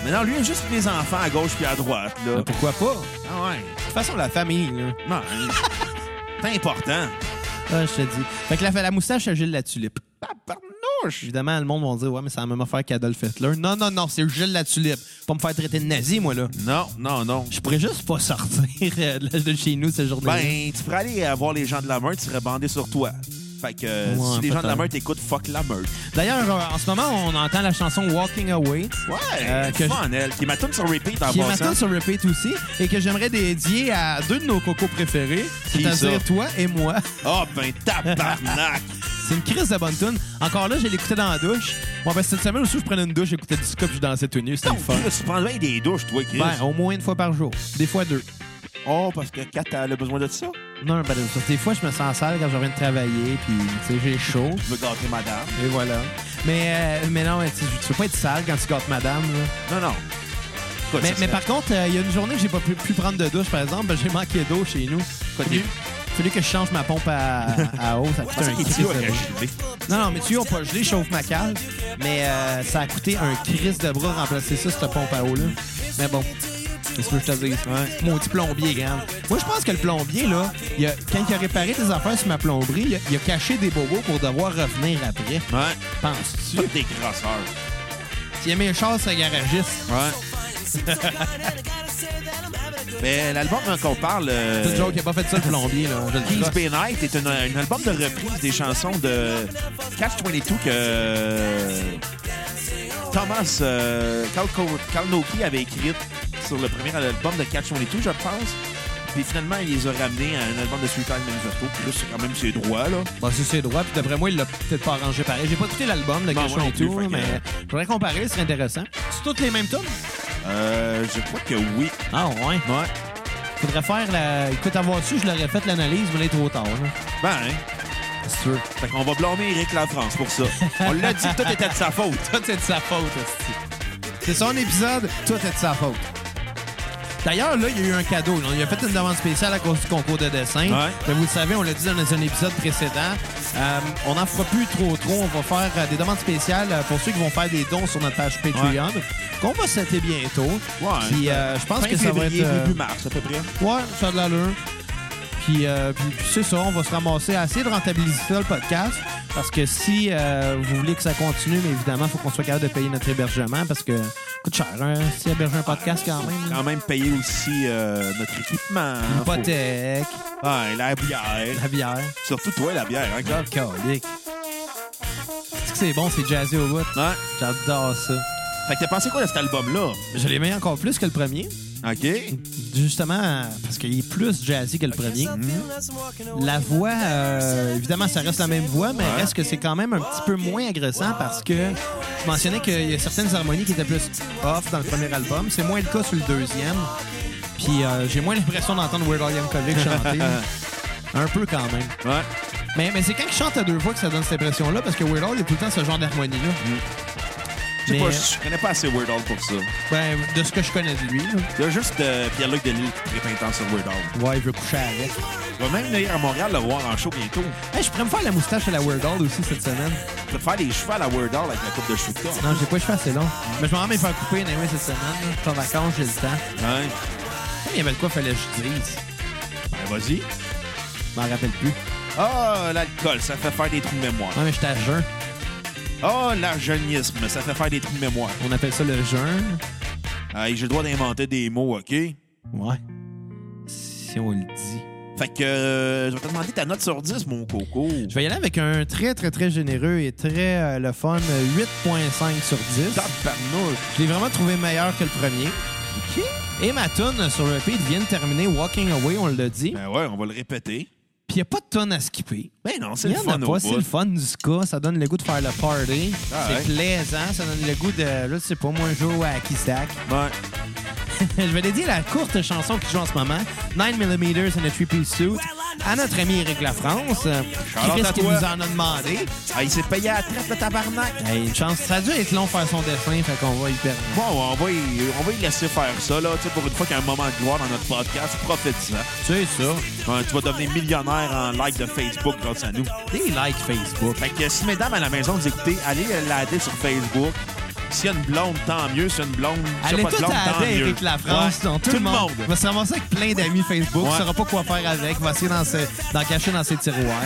S3: Mais non, lui, il a juste mes enfants à gauche puis à droite, là.
S1: Pourquoi pas?
S3: Ah ouais.
S1: De toute façon, la famille, là.
S3: Non, hein. c'est important.
S1: Ah, je te dis. Fait que la, la moustache à Gilles la tulipe.
S3: Tabarnouche!
S1: Évidemment, le monde va dire, ouais, mais c'est la même affaire qu'Adolf Hitler. Non, non, non, c'est Gilles la tulipe. Pas me faire traiter de nazi, moi, là.
S3: Non, non, non.
S1: Je pourrais juste pas sortir euh, de de chez nous ce jour là
S3: Ben, tu pourrais aller euh, voir les gens de la meute, tu serais bandé sur toi. Fait que euh,
S1: Ouais,
S3: si les gens de la
S1: peut-être.
S3: meute écoutent, fuck la meute.
S1: D'ailleurs, euh, en ce moment, on entend la chanson Walking Away.
S3: Ouais,
S1: Euh, que
S3: que fun, elle. Qui m'attend sur repeat en
S1: qui est
S3: passant.
S1: maintenant sur repeat aussi et que j'aimerais dédier à deux de nos cocos préférés,
S3: Qui
S1: c'est-à-dire
S3: ça?
S1: toi et moi.
S3: Oh, ben,
S1: *laughs*
S3: tabarnak!
S1: C'est une crise de bonne tune. Encore là, je l'écoutais dans la douche. Bon, ben, cette semaine aussi, je prenais une douche, j'écoutais du ska puis je dansais tout nu. C'était
S3: non,
S1: le fun.
S3: Chris, tu prends bien des douches, toi, Oh, Chris.
S1: Ben, au moins une fois par jour. Des fois deux.
S3: Oh, parce que Kat, elle a besoin de ça.
S1: Non, ben, des fois, je me sens sale quand je reviens de travailler, puis, tu sais, j'ai chaud,
S3: Je veux gâter madame.
S1: et voilà. Mais, euh, mais non, tu sais, tu veux pas être sale quand tu gâtes madame, là.
S3: Non, non. Écoute,
S1: Mais,
S3: ça,
S1: mais
S3: ça-
S1: par contre, euh, il y a une journée que j'ai pas pu, pu prendre de douche, par exemple, ben, j'ai manqué d'eau chez nous.
S3: Quoi,
S1: Il
S3: t'es-
S1: fallu que je change ma pompe
S3: *laughs*
S1: à, à eau, ça coûte
S3: Ça,
S1: un
S3: c'est
S1: crise
S3: idiot,
S1: de bras.
S3: Rachid.
S1: Non, non, mais tu ont pas gelé, je chauffe ma cale. Mais euh, ça a coûté un crise de bras remplacer ça, cette pompe à eau-là. Mais bon, qu'est-ce que je te dis? Mon petit plombier, regarde. Moi, je pense que le plombier, là, il a- quand il a réparé tes affaires sur ma plomberie, il a, il a caché des bobos pour devoir revenir après.
S3: Ouais.
S1: Penses-tu?
S3: Toutes des grosseurs.
S1: Il a mis un char sur le garagiste. *laughs*
S3: Ouais. Mais l'album dont on parle, euh,
S1: C'est le joke, il a pas fait ça, le plombier, là. Je le
S3: Please
S1: crosse.
S3: Be Night, est un, un album de reprise des chansons de Catch 22 que euh, Thomas euh, Kalko- Kalnoky avait écrite sur le premier album de Catch 22, je pense. Puis finalement, il les a ramenés à un album de Suicide Manifesto. Puis là, c'est quand même ses droits, là.
S1: Bon, Bah, c'est ses droits, puis d'après moi, il l'a peut-être pas arrangé pareil. J'ai pas écouté l'album, le
S3: Non,
S1: cachon
S3: moi non
S1: et
S3: plus,
S1: tout,
S3: fait que-
S1: mais faudrait comparer, ce serait intéressant. C'est toutes les mêmes tomes?
S3: Euh, je crois que oui.
S1: Ah, ouais.
S3: Ouais.
S1: Faudrait faire la. Écoute, avoir su, je l'aurais fait l'analyse, mais là, il est trop tard. là.
S3: Ben, hein.
S1: si tu veux.
S3: Fait qu'on va blâmer Eric Lafrance pour ça. On l'a dit, tout était de sa faute.
S1: *laughs* Tout est de sa faute, esti. C'est son épisode, tout est de sa faute. D'ailleurs, là, il y a eu un cadeau. Il a fait une demande spéciale à cause du concours de dessin.
S3: Ouais.
S1: Comme Vous le savez, on l'a dit dans un épisode précédent. Euh, on n'en fera plus trop trop. On va faire euh, des demandes spéciales euh, pour ceux qui vont faire des dons sur notre page Patreon. Qu'on va setter bientôt.
S3: Ouais. hein.
S1: Puis euh, je pense
S3: Fin
S1: que ça va être.
S3: février,
S1: euh,
S3: début mars, à peu près.
S1: Ouais, ça a de l'allure. Puis, euh, puis- puis c'est ça, on va se ramasser à essayer de rentabiliser ça, le podcast. Parce que si euh, vous voulez que ça continue, mais évidemment, il faut qu'on soit capable de payer notre hébergement parce que ça coûte cher, hein, si héberger un podcast quand même. hein. là.
S3: Quand même payer aussi euh, notre équipement. Ah, Faut-
S1: Hypothèque,
S3: Ouais, Ah, la bière. hein.
S1: la bière,
S3: Surtout toi, la bière, hein, Gab?
S1: calique. Est-ce que c'est bon, c'est jazzy au bout?
S3: Ouais.
S1: J'adore ça.
S3: Fait que t'as pensé quoi de cet album-là?
S1: Je l'aimais encore plus que le premier.
S3: OK.
S1: Justement, parce qu'il est plus jazzy que le premier. La voix, euh, évidemment, ça reste la même voix, mais
S3: Ouais.
S1: reste que c'est quand même un petit peu moins agressant parce que je mentionnais qu'il y a certaines harmonies qui étaient plus off dans le premier album. C'est moins le cas sur le deuxième. Puis euh, j'ai moins l'impression d'entendre Weird Al Yankovic *laughs* chanter. un peu quand même.
S3: Ouais.
S1: Mais, mais c'est quand il chante à deux voix que ça donne cette impression-là parce que Weird Al, il y a tout le temps ce genre d'harmonie-là.
S3: Je sais
S1: Mais-
S3: pas, je connais pas assez Weird Al pour ça.
S1: Ben, de ce que je connais de lui, là.
S3: Il y a juste euh, Pierre-Luc Delisle qui tripe intense sur Weird Al.
S1: ouais, il veut coucher avec.
S3: Je vais même venir à Montréal le voir en show bientôt.
S1: Hey, je pourrais me faire la moustache à la Weird Al aussi cette semaine.
S3: Je vais te faire des cheveux à la Weird Al avec la coupe de cheveux que t'as.
S1: Non, j'ai pas les cheveux assez longs. Mais je m'en vais me faire couper une anyway, cette semaine. là. Je suis en vacances, j'ai le temps.
S3: Ouais.
S1: Il y avait de quoi fallait que je dise.
S3: Ben, vas-y.
S1: Je m'en rappelle plus.
S3: Ah, l'alcool, ça fait faire des trous de mémoire.
S1: Non, mais j'étais à jeun.
S3: Ah, l'argénisme, ça fait faire des trous de mémoire.
S1: On appelle ça le jeun.
S3: Ah, j'ai le droit d'inventer des mots, OK? Fait
S1: Ouais. Si on le dit.
S3: que euh, je vais te demander ta note sur 10, mon coco.
S1: Je vais y aller avec un très, très, très généreux et très euh, le fun euh, 8.5 sur 10.
S3: Tabarnouche.
S1: Je l'ai vraiment trouvé meilleur que le premier. Et ma tune sur le beat vient de terminer Walking Away, on l'a dit.
S3: Ben ouais, on va le répéter.
S1: Puis il a pas de tonne à skipper.
S3: Ben non, c'est
S1: Il
S3: le
S1: y en a
S3: fun au
S1: pas, c'est
S3: bout.
S1: le fun du ska, ça donne le goût de faire le party.
S3: Ah ouais.
S1: c'est plaisant, ça donne le goût de, là, tu sais pas, moi, jouer à Kisak.
S3: Ouais.
S1: Je vais dédier la courte chanson qui joue en ce moment, 9mm and a Three-Piece Suit, à notre ami Eric Lafrance, euh, qui
S3: Shout-out à
S1: risque qu'il nous
S3: toi.
S1: en a demandé.
S3: Ah, il s'est payé à la traite, le tabarnak.
S1: Hey, une chance, ça a dû être long faire son dessin, fait qu'on va y perdre.
S3: Bon, on va y, on va y laisser faire ça, là. Tu sais, pour une fois qu'il y a un moment de gloire dans notre podcast, profite-en.
S1: C'est ça.
S3: Ouais, tu vas devenir millionnaire en like de Facebook grâce à nous.
S1: Des likes Facebook.
S3: Fait que si mesdames à la maison vous écoutez, allez euh, l'aider sur Facebook. S'il y a une blonde, tant mieux. S'il y a une blonde, s'il y
S1: Allez
S3: a pas de
S1: tout
S3: blonde, tant
S1: à la
S3: mieux.
S1: avec la France,
S3: Ouais.
S1: donc tout, le monde. va se ramasser avec plein d'amis Facebook,
S3: Ouais.
S1: ne saura pas quoi faire avec, va essayer d'en, se- d'en cacher dans ses
S3: *laughs*
S1: tiroirs.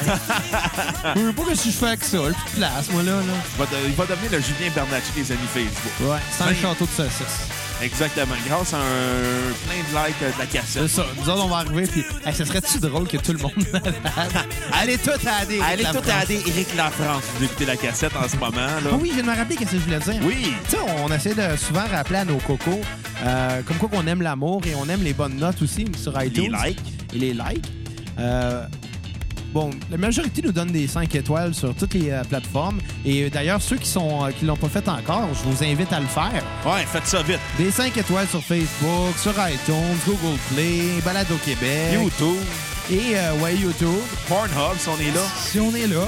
S1: je veux pas que si je fais avec ça, le plus de place, moi, là. là.
S3: Va de- il va devenir le Julien Bernacci des amis Facebook.
S1: Ouais, c'est un
S3: Ben-
S1: château de saucisses.
S3: Exactement. Grâce à un plein de likes euh, de la cassette.
S1: C'est ça. Nous autres, on va arriver, puis hey, ce serait-tu drôle que tout le
S3: *laughs*
S1: monde *laughs* malade? Allez tout à AD.
S3: Allez
S1: la
S3: tout
S1: France.
S3: à aider Éric Lafrance. Vous écoutez la cassette en ce moment, là.
S1: Ah oui, je viens de me rappeler qu'est-ce que je voulais dire.
S3: Oui.
S1: Tu sais, on essaie de souvent rappeler à nos cocos euh, comme quoi qu'on aime l'amour et on aime les bonnes notes aussi sur iTunes.
S3: likes.
S1: Et les likes. Euh, bon, la majorité nous donne des 5 étoiles sur toutes les euh, plateformes. Et euh, d'ailleurs, ceux qui sont euh, qui l'ont pas fait encore, je vous invite à le faire.
S3: Ouais, faites ça vite.
S1: Des 5 étoiles sur Facebook, sur iTunes, Google Play, Balado Québec.
S3: YouTube,
S1: Et euh, ouais, YouTube.
S3: Pornhub, si on est là.
S1: Si on est là.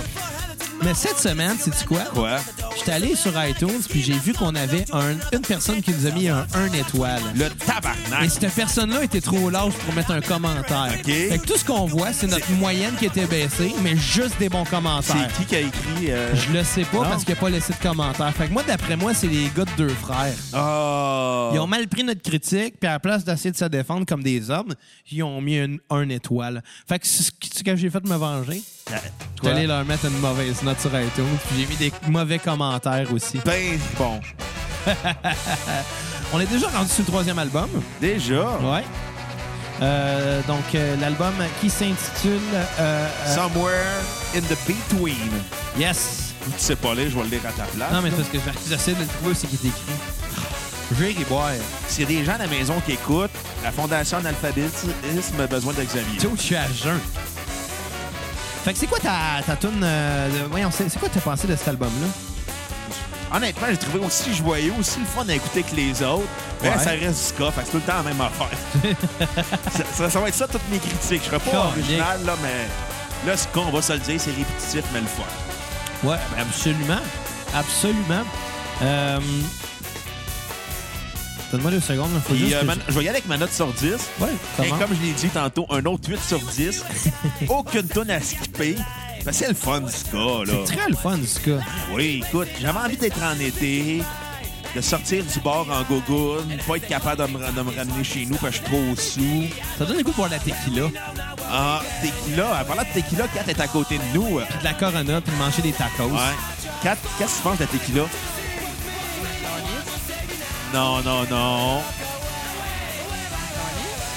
S1: Mais cette semaine, sais-tu quoi?
S3: Quoi?
S1: Je suis allé sur iTunes puis j'ai vu qu'on avait un- une personne qui nous a mis un 1 étoile.
S3: Le tabarnak.
S1: Mais cette personne-là était trop large pour mettre un commentaire.
S3: OK.
S1: Fait que tout ce qu'on voit, c'est notre moyenne qui était baissée, mais juste des bons commentaires.
S3: C'est qui qui a écrit...
S1: *laughs*
S3: euh,
S1: Je le sais pas
S3: Non.
S1: parce qu'il n'a pas laissé de commentaires. Fait que moi, d'après moi, c'est les gars de deux frères.
S3: Ah.
S1: Ils ont mal pris notre critique, puis à la place d'essayer de se défendre comme des hommes, ils ont mis une, un étoile. Fait que c'est ce que ce que j'ai fait de me venger. Je suis allé leur mettre une mauvaise note sur iTunes, puis j'ai mis des mauvais commentaires aussi.
S3: Ben, bon.
S1: On est déjà rendu sur le troisième album.
S3: Déjà.
S1: Ouais. Euh, donc, euh, l'album qui s'intitule... euh, euh,
S3: Somewhere in the between.
S1: yes!
S3: Tu sais pas lire, je vais le lire à ta place.
S1: Non, mais c'est parce que j'essaie de le trouver aussi qui est écrit. Je vais y boire.
S3: S'il y a des gens à la maison qui écoutent, la Fondation d'alphabétisme a besoin
S1: Tu sais
S3: d'examiner.
S1: où je suis à jeun. Fait que c'est quoi ta, ta toune... euh, de- voyons, c'est c'est quoi que t'as pensé de cet album-là?
S3: Honnêtement, j'ai trouvé aussi joyeux, aussi le fun à écouter que les autres. Mais
S1: Ouais.
S3: ça reste du cas, fait que c'est tout le temps
S1: *laughs*
S3: la même affaire. ça, ça- ça va être ça, toutes mes critiques. Je serais pas
S1: Correct.
S3: original, là, mais Là, ce qu'on va se le dire, c'est répétitif, mais le fun.
S1: Ouais, ben absolument. Absolument. Euh... Donne-moi deux secondes. Là. Faut
S3: Puis,
S1: juste
S3: euh,
S1: que
S3: man- je vais y aller avec ma note sur 10.
S1: je- Ouais, ça
S3: Et
S1: marche.
S3: comme je l'ai dit tantôt, un autre 8
S1: *laughs*
S3: sur 10. Aucune tonne à skipper. Ben, c'est le fun, ce gars, là.
S1: C'est très le fun, du cas.
S3: Oui, écoute, j'avais envie d'être en été, de sortir du bar en gogoune, pas être capable de me, ra- de me ramener chez nous parce que je suis trop sous.
S1: Ça donne le goût de boire de la tequila, puis
S3: Ah, tequila, en parlant de tequila, Kat est à côté de nous. Ouais.
S1: de la corona, puis de manger des tacos.
S3: Kat, qu'est-ce que tu penses de la tequila? Non, non, non.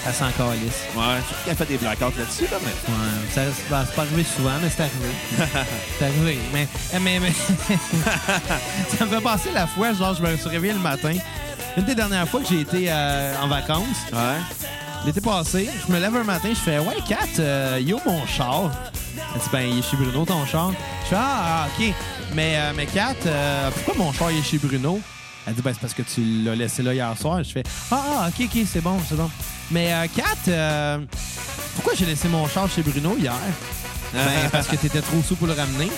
S1: Ça sent encore lisse.
S3: Ouais, je sais qu'elle fait des blackouts là-dessus, là, mais...
S1: Ouais, ça, ben, c'est pas arrivé souvent, mais c'est arrivé. c'est arrivé. Mais, eh, mais, mais- *laughs* ça me fait passer la fois, genre, je me suis réveillé le matin. Une des dernières fois que j'ai été euh, en vacances,
S3: *laughs* Ouais.
S1: l'été passé, je me lève un matin, je fais Ouais, Kat, euh, yo, mon char. Elle dit Ben, il est chez Bruno, ton char. Je fais Ah, ah, OK. Mais, euh, mais Kat, euh, pourquoi mon char il est chez Bruno Elle dit Ben, c'est parce que tu l'as laissé là hier soir. Je fais Ah, ah, OK, OK, c'est bon, c'est bon. Mais euh, Kat, euh, pourquoi j'ai laissé mon char chez Bruno hier
S3: Euh, *laughs*
S1: Ben, parce que t'étais trop sous pour le ramener.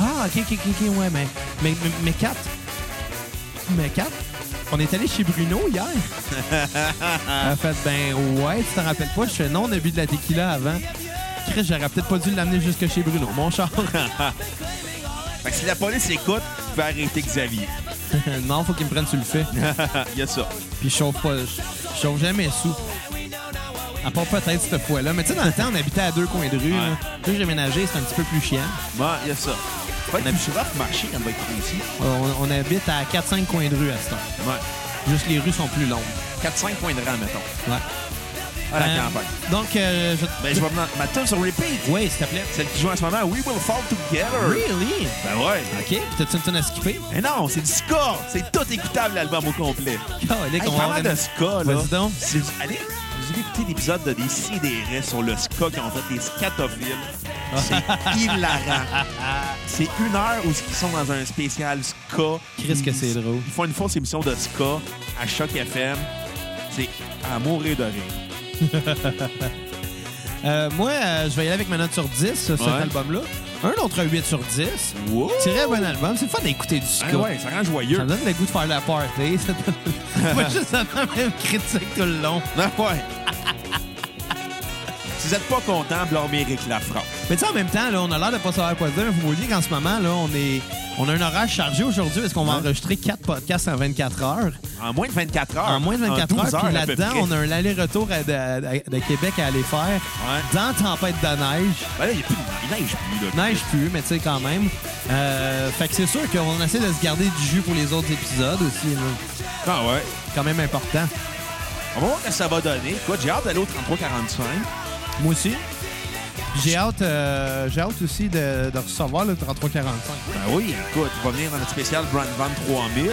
S1: Ah, OK, OK, OK, OK, ouais, mais, mais, mais, mais Kat, mais Kat, on est allé chez Bruno hier. Elle a fait, ben ouais, tu t'en rappelles pas? Je fais, non, on a bu de la tequila avant. Chris, j'aurais peut-être pas dû l'amener jusque chez Bruno, mon char. *laughs*
S3: Fait que si la police écoute, vous pouvez arrêter *laughs* Xavier.
S1: non, faut qu'il me prenne sur le fait.
S3: Il y a ça.
S1: Puis je chauffe pas, je chauffe jamais sous. À part peut-être cette fois-là. Mais tu sais, dans le temps, on habitait à deux coins de rue.
S3: Ouais.
S1: là. Là, j'ai déménagé, c'est un petit peu plus chiant.
S3: Bon, il y a ça. Faut être plus rough marcher quand on va être ici.
S1: On, on habite à 4-5 coins de rue à ce temps.
S3: Ouais.
S1: Juste les rues sont plus longues.
S3: 4-5 points de rang, mettons,
S1: Ouais.
S3: à la
S1: Euh,
S3: campagne.
S1: Donc, euh, je...
S3: Ben, je vais me- ma tune sur repeat.
S1: Oui, s'il te plaît.
S3: Celle qui joue en ce moment, We Will Fall Together.
S1: Really?
S3: Ben ouais.
S1: OK. Puis t'as-tu une tonne à skipper?
S3: Mais non, c'est du ska. C'est tout écoutable, l'album au complet.
S1: Calique,
S3: Hey,
S1: on va avoir
S3: parlant
S1: une-
S3: de ska, là.
S1: Vas-y donc.
S3: si vous allez, vous allez écouter l'épisode de des CDR sur le ska qui ont fait les scatophiles.
S1: *laughs*
S3: C'est hilarant. C'est une heure où ils sont dans un spécial ska.
S1: Christ que c'est drôle.
S3: Ils font une fausse émission de ska à Choc FM. C'est à mourir de rire.
S1: Euh, moi, euh, je vais y aller avec ma note sur 10 sur cet
S3: Ouais.
S1: album-là. Un autre 8 sur 10.
S3: Wow!
S1: C'est un très bon album. C'est le fun d'écouter du ska.
S3: Ah ouais, ça rend joyeux.
S1: Ça me donne le goût de faire la party. *laughs* Ça donne- Pas juste la même critique tout le long.
S3: Ah *laughs* ouais. si vous n'êtes pas content, blâmez Eric Lafrance.
S1: Mais tu sais, en même temps, là, on a l'air de pas savoir quoi dire. Vous voyez qu'en ce moment, là, on est, on a un horaire chargé aujourd'hui. Est-ce qu'on va
S3: Ouais.
S1: enregistrer 4 podcasts en 24 heures?
S3: En moins de 24 heures.
S1: En moins de 24
S3: En 12
S1: heures. Puis
S3: à peu
S1: là-dedans,
S3: près.
S1: on a un aller-retour à- à- à- de Québec à aller faire.
S3: Ouais.
S1: Dans Tempête de neige.
S3: Ben là, il y a plus de il neige. plus, là.
S1: Neige plus, mais tu sais, quand même. Euh, fait que c'est sûr qu'on essaie de se garder du jus pour les autres épisodes aussi. là.
S3: Ah ouais.
S1: Quand même important.
S3: On va voir ce que ça va donner. Écoute, j'ai hâte d'aller au 3345.
S1: Moi aussi. J'ai hâte, euh, j'ai hâte aussi de, de recevoir le 3345.
S3: Ben oui, écoute, il va venir dans notre spécial Brand Van 3000.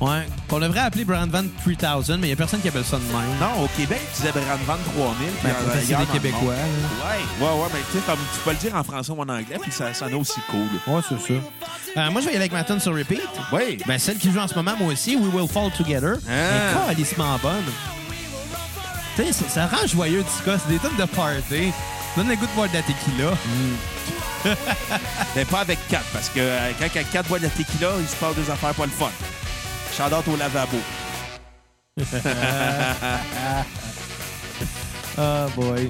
S1: Ouais. On devrait appeler Brand Van 3000, mais il n'y a personne qui appelle ça de même.
S3: Non, au Québec, tu disais Brand Van 3000. puis
S1: Ben,
S3: ailleurs
S1: pour ça, c'est
S3: dans
S1: des
S3: le monde.
S1: Québécois, là.
S3: Ouais, ouais, ouais, mais tu sais, comme tu peux le dire en français ou en anglais, puis ça sonne aussi cool.
S1: Ouais, c'est ça. Euh, moi, je vais y aller avec ma tune sur repeat.
S3: Oui.
S1: Ben, celle qui joue en ce moment, moi aussi, We Will Fall Together.
S3: Ah.
S1: Elle est calissement bonne. Tu sais, ça- ça rend joyeux, Disco. C'est des tonnes de party. Ça Donne le goût de boire de la tequila.
S3: Mais pas avec 4, parce que euh, quand 4 boit de la tequila, il se passe des affaires pas le fun. Shout-out au lavabo.
S1: Ah
S3: *laughs*
S1: boy.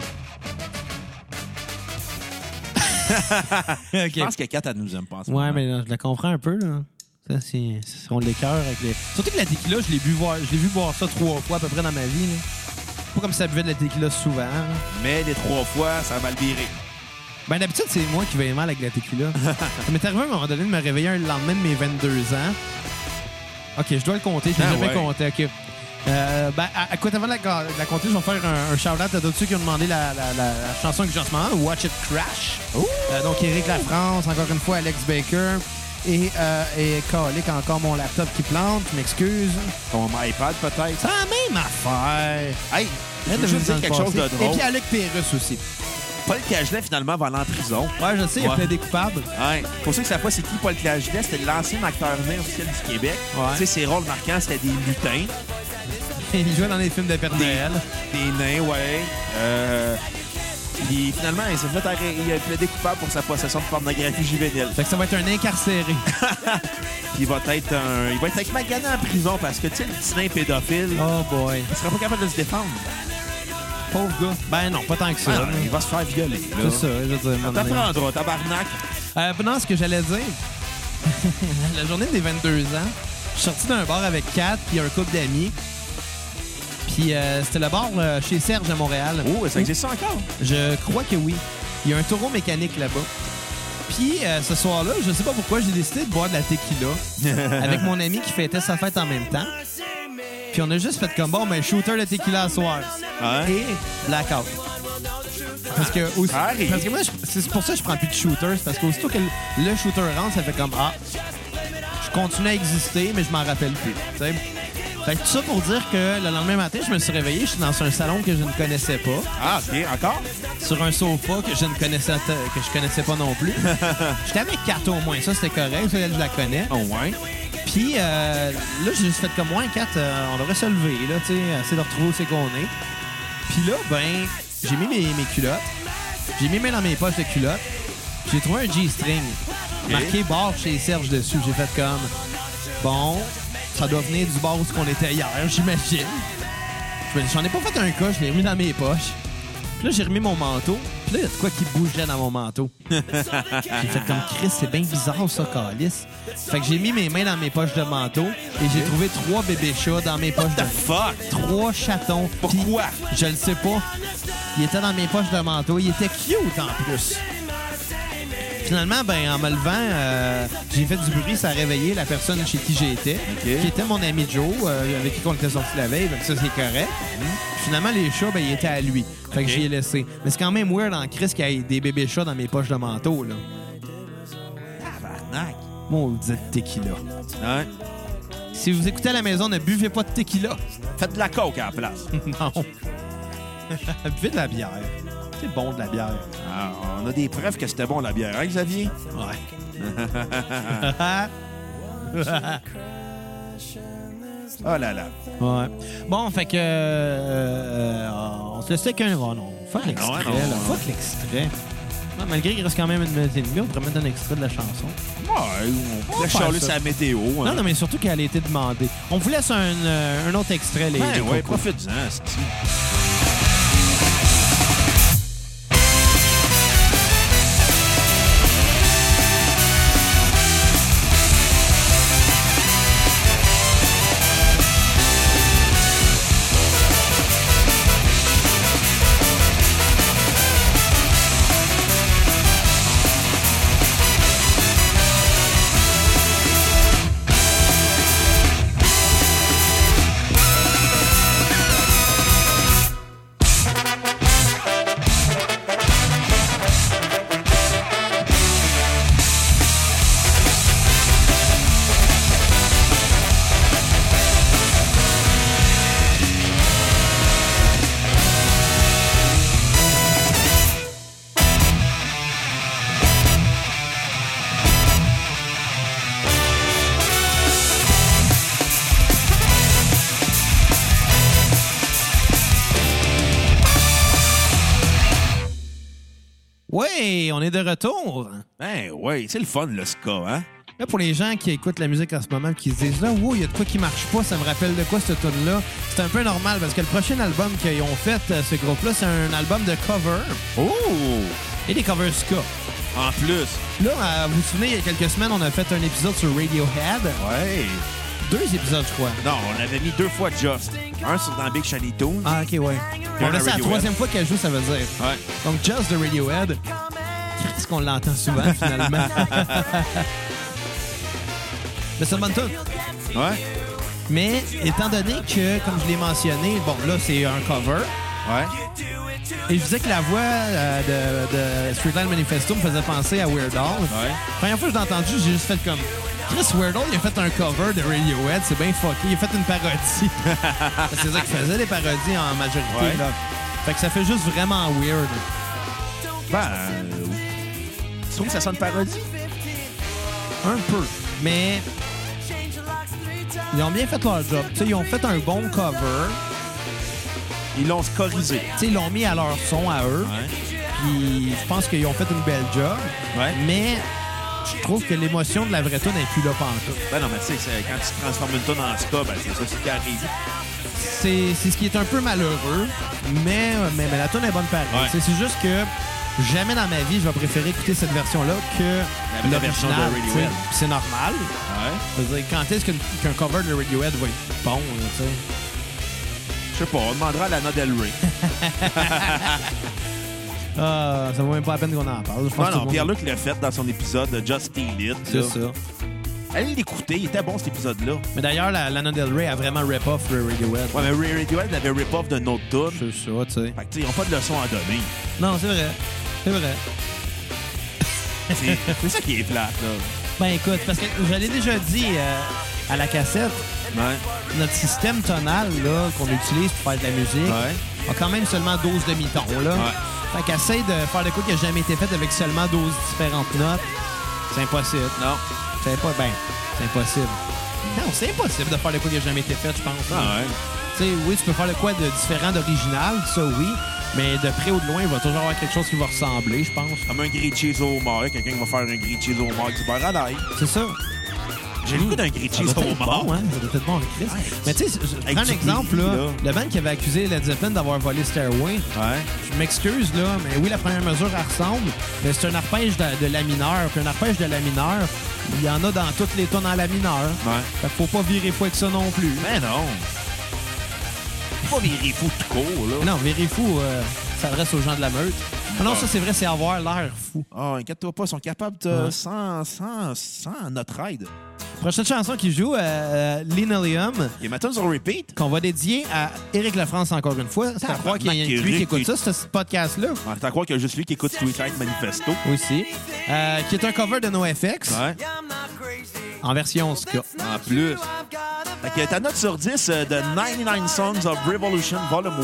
S3: Je pense que 4, elle nous aime pas. en ce
S1: Ouais,
S3: moment.
S1: mais non, je la comprends un peu, là. Ça, c'est. c'est- On l'écœure avec les. Surtout que la tequila, je l'ai bu voir. Je l'ai vu boire ça trois fois à peu près dans ma vie. là. Pas comme si ça buvait de la tequila souvent. là.
S3: Mais les trois fois, ça a mal viré.
S1: Ben d'habitude, c'est moi qui vais mal avec la tequila. ça m'est arrivé à un moment donné de me réveiller un lendemain de mes 22 ans. OK, je dois le compter. Je l'ai
S3: Ah
S1: jamais
S3: ouais.
S1: compté. OK. Euh, ben, à, à quoi avant de la, de la compter, je vais faire un, un shout-out à tous ceux qui ont demandé la, la- la- la chanson que j'ai en ce moment, Watch It Crash. Euh, donc, Eric Lafrance, encore une fois, Alex Baker. Et, euh, et Calique, encore mon laptop qui plante, je m'excuse.
S3: Ton iPad, peut-être.
S1: C'est la même affaire.
S3: Hey, je
S1: Arrête de
S3: veux juste
S1: me dans
S3: dire
S1: le
S3: quelque chose de
S1: passé. Et
S3: drôle.
S1: puis Alec Pérus aussi.
S3: Paul Cagelet, finalement, va aller en prison.
S1: Ouais, je sais, il y a
S3: Ouais.
S1: plein des *laughs* coupables.
S3: Ouais. Pour ceux qui savent pas c'est qui Paul Cagelet, c'était l'ancien acteur né officiel du Québec.
S1: Ouais.
S3: Tu sais, ses rôles marquants, c'était des lutins,
S1: il jouait dans les films de Père
S3: Des-
S1: Noël.
S3: des nains, ouais. Euh, Puis finalement, il s'est fait arrêter. Il a plaidé coupable pour sa possession de pornographie juvénile.
S1: Fait que ça va être un incarcéré.
S3: Puis il va être un. Il va être avec Magana en prison parce que, tu sais, le petit nain pédophile,
S1: Oh boy.
S3: il sera pas capable de se défendre.
S1: Pauvre gars. Ben non, pas tant que ça.
S3: Ah, il va se faire violer. là.
S1: C'est ça, je veux dire. à un moment donné.
S3: T'apprendras, tabarnak.
S1: Euh, non, ce que j'allais dire, *laughs* la journée des 22 ans, je suis sorti d'un bar avec Kat puis un couple d'amis. Puis euh, c'était le bar euh, chez Serge à Montréal.
S3: Oh, ça existe ça encore?
S1: Je crois que oui. Il y a un taureau mécanique là-bas. Puis euh, ce soir-là, je sais pas pourquoi, j'ai décidé de boire de la
S3: *laughs*
S1: tequila avec mon ami qui fêtait sa fête en même temps. Puis on a juste fait comme bon, mais shooter de tequila à soir.
S3: Ah ouais?
S1: Et blackout. Parce que, aussi-
S3: Arrive.
S1: parce que moi, je- c'est pour ça que je prends plus de shooter. C'est parce qu'aussitôt que le- le shooter rentre, ça fait comme Ah, je continue à exister, mais je m'en rappelle plus. tu sais. Fait que tout ça pour dire que le lendemain matin, je me suis réveillé, je suis dans un salon que je ne connaissais pas
S3: Ah, ok, encore?
S1: sur un sofa que je ne connaissais que je connaissais pas non plus. J'étais avec Kat au moins, ça c'était correct, ça, elle, je la connais.
S3: Oh, ouais.
S1: Puis euh, là, j'ai juste fait comme moi, Kat, euh, on devrait se lever, là, tu sais, essayer de retrouver où c'est qu'on est. Puis là, ben, j'ai mis mes, mes culottes, j'ai mis mes dans mes poches de culottes, j'ai trouvé un G-string marqué bar chez Serge dessus. J'ai fait comme, bon, ça doit venir du bar où on était hier, *laughs* j'imagine. Je me dis, J'en ai pas fait un cas, je l'ai remis dans mes poches. Puis là, j'ai remis mon manteau. Puis là, il y a de quoi qui bougeait dans mon manteau. *laughs* j'ai fait comme Chris, c'est bien bizarre ça, Calice. Fait que j'ai mis mes mains dans mes poches de manteau et j'ai trouvé trois bébés chats dans mes poches de *laughs*
S3: The fuck?
S1: Trois chatons. Puis,
S3: Pourquoi?
S1: je le sais pas. Il était dans mes poches de manteau. Il était cute en plus. Finalement, ben, en me levant, euh, j'ai fait du bruit, ça a réveillé la personne chez qui j'étais,
S3: Ok.
S1: qui était mon ami Joe, euh, avec qui on était sorti la veille, donc ça c'est correct. Finalement, les chats, ben, ils étaient à lui. Fait que
S3: Mhm. Ok.
S1: j'y ai laissé. Mais c'est quand même weird en crise qu'il y ait des bébés chats dans mes poches de manteau, là.
S3: Tabarnak.
S1: Maudite tequila.
S3: Ouais.
S1: Si vous écoutez à la maison, ne buvez pas de tequila.
S3: Faites de la coke à la place.
S1: non. *laughs* buvez de la bière. C'est bon de la bière.
S3: Ah, on a des preuves que c'était bon la bière, hein, Xavier?
S1: Ouais.
S3: *laughs* Oh là là.
S1: ouais. Bon, fait que. euh, euh, on se laisse avec un. Oh non, faire l'extrait.
S3: Ah ouais,
S1: là.
S3: non, non.
S1: Fuck l'extrait. Non, malgré qu'il reste quand même une minute et demie, on pourrait mettre un extrait de la chanson.
S3: Ouais, on pourrait
S1: faire
S3: charler
S1: ça.
S3: sa météo. Hein.
S1: Non, non, mais surtout qu'elle a été demandée. On vous laisse un, euh, un autre extrait, les, les
S3: Ben ouais,
S1: cocos.
S3: profite-en, c'est-tu.
S1: Ouais, on est de retour.
S3: Ben ouais, c'est le fun, le ska, hein?
S1: Là, pour les gens qui écoutent la musique en ce moment qui se disent là, wow, il y a de quoi qui marche pas, ça me rappelle de quoi cette tune là C'est un peu normal parce que le prochain album qu'ils ont fait, euh, ce groupe-là, c'est un album de cover
S3: Oh!
S1: et des covers ska.
S3: En plus.
S1: Là, euh, vous vous souvenez, il y a quelques semaines, on a fait un épisode sur Radiohead.
S3: Ouais.
S1: Deux épisodes, je crois.
S3: Non, on avait mis deux fois Just. Un sur dans Big Shiny Toon.
S1: Ah, ok, ouais.
S3: Bien
S1: Bon, là, c'est la
S3: Radiohead.
S1: troisième fois qu'elle joue, ça veut dire.
S3: Ouais.
S1: Donc, Just de Radiohead. Qu'est-ce qu'on l'entend souvent, finalement? *laughs* Mais c'est une bonne tune.
S3: Ouais.
S1: Mais étant donné que, comme je l'ai mentionné, bon, là, c'est un cover.
S3: Ouais.
S1: Et je disais que la voix euh, de, de Streetline Manifesto me faisait penser à Weird Al.
S3: Ouais.
S1: Première fois que je l'ai entendu, j'ai juste fait comme... Chris Weird Al, il a fait un cover de Radiohead, c'est bien fucké. Il a fait une
S3: *laughs*
S1: parodie. Parce que c'est ça qu'il faisait, des parodies en majorité.
S3: Ouais.
S1: Là. Fait que ça fait juste vraiment weird.
S3: Ben. euh, Tu trouves que ça sonne parodie?
S1: Un peu. Mais ils ont bien fait leur job. Tu sais, ils ont fait un bon cover.
S3: Ils l'ont scorisé.
S1: Tu sais, ils l'ont mis à leur son à eux. Puis je pense qu'ils ont fait une belle job.
S3: Ouais.
S1: Mais je trouve que l'émotion de la vraie tune n'est plus là pantoute.
S3: Ben non, mais tu sais, c'est- quand tu transformes une tonne en ska, ben c'est ça c'est ce qui arrive.
S1: C'est c'est ce qui est un peu malheureux, mais, mais, mais la tune est bonne pareil.
S3: Ouais.
S1: C'est c'est juste que jamais dans ma vie, je vais préférer écouter cette version-là que
S3: la version de
S1: l'original.
S3: Radiohead.
S1: tu sais. Puis C'est normal.
S3: Ouais.
S1: Je veux dire, quand est-ce qu'une- qu'un cover de Radiohead va être bon? là, tu sais?
S3: Je sais pas, on demandera à Lana Del
S1: *laughs*
S3: Rey.
S1: Ah, ça vaut même pas la peine qu'on en parle. Je pense que
S3: Non, non,
S1: tout le monde-
S3: Pierre-Luc l'a fait dans son épisode de Just Steal It.
S1: C'est
S3: là.
S1: ça.
S3: Allez l'écouter, il était bon cet épisode-là.
S1: Mais d'ailleurs, la- Lana Del Rey a vraiment rip-off le Radiohead.
S3: Ouais, mais Radiohead avait rip-off d'un autre tune.
S1: C'est ça, tu sais.
S3: Fait que, tu sais, ils ont pas de leçon à donner.
S1: Non, c'est vrai. C'est vrai.
S3: C'est
S1: *laughs*
S3: c'est ça qui est plate, là.
S1: Ben écoute, parce que je l'ai déjà dit euh, à la cassette,
S3: Ouais.
S1: notre système tonal là, qu'on utilise pour faire de la musique
S3: Ouais.
S1: a quand même seulement 12 demi-tons. Là.
S3: Ouais.
S1: Fait qu'essaye de faire des coups qui n'a jamais été fait avec seulement 12 différentes notes. C'est impossible.
S3: Non.
S1: C'est pas ben, c'est impossible. Non, c'est impossible de faire des coups qui n'a jamais été fait, je pense.
S3: Ah ouais.
S1: Tu sais, oui, tu peux faire le quoi de différent d'original, ça oui, mais de près ou de loin, il va toujours avoir quelque chose qui va ressembler, je pense.
S3: Comme un grilled cheese au mort. Quelqu'un qui va faire un grilled cheese au mort avec du beurre à l'ail.
S1: C'est ça.
S3: J'ai le goût d'un grilled
S1: Ça
S3: cheese
S1: doit
S3: au
S1: être
S3: mort.
S1: bon, hein? Ça doit être bon avec Chris.
S3: Ouais.
S1: Mais tu sais, je- je
S3: Avec
S1: prends un
S3: du
S1: exemple,
S3: brie,
S1: là,
S3: là.
S1: Le band qui avait accusé Led Zeppelin d'avoir volé Stairway,
S3: Ouais.
S1: je m'excuse, là, mais oui, la première mesure, elle ressemble, mais c'est un arpège de, de la mineure. Puis un arpège de la mineure, il y en a dans toutes les tonnes en la mineure.
S3: Ouais.
S1: Fait que faut pas virer fou avec ça non plus.
S3: Mais non. Pas des fous tout court, là.
S1: Non, virer fou euh, s'adresse aux gens de la meute. Ah non,
S3: Ah.
S1: ça, c'est vrai, c'est avoir l'air fou.
S3: Oh, inquiète-toi pas, ils sont capables de.
S1: Ouais.
S3: Sans, sans, sans notre aide.
S1: Prochaine chanson qui joue, euh, euh, Linoleum,
S3: Et maintenant, ils ont repeat.
S1: qu'on va dédier à Éric Lafrance encore une fois. C'est à croire qu'il y a
S3: Tabarnak,
S1: lui qui
S3: Éric,
S1: écoute ça, ce ce podcast-là.
S3: Ah, T'as à croire qu'il y a juste lui qui écoute Suicide Manifesto.
S1: aussi, euh, qui est un cover de NoFX
S3: Ouais.
S1: en version ska.
S3: En plus. Fait que ta note sur 10 euh, de 99 Songs of Revolution Volume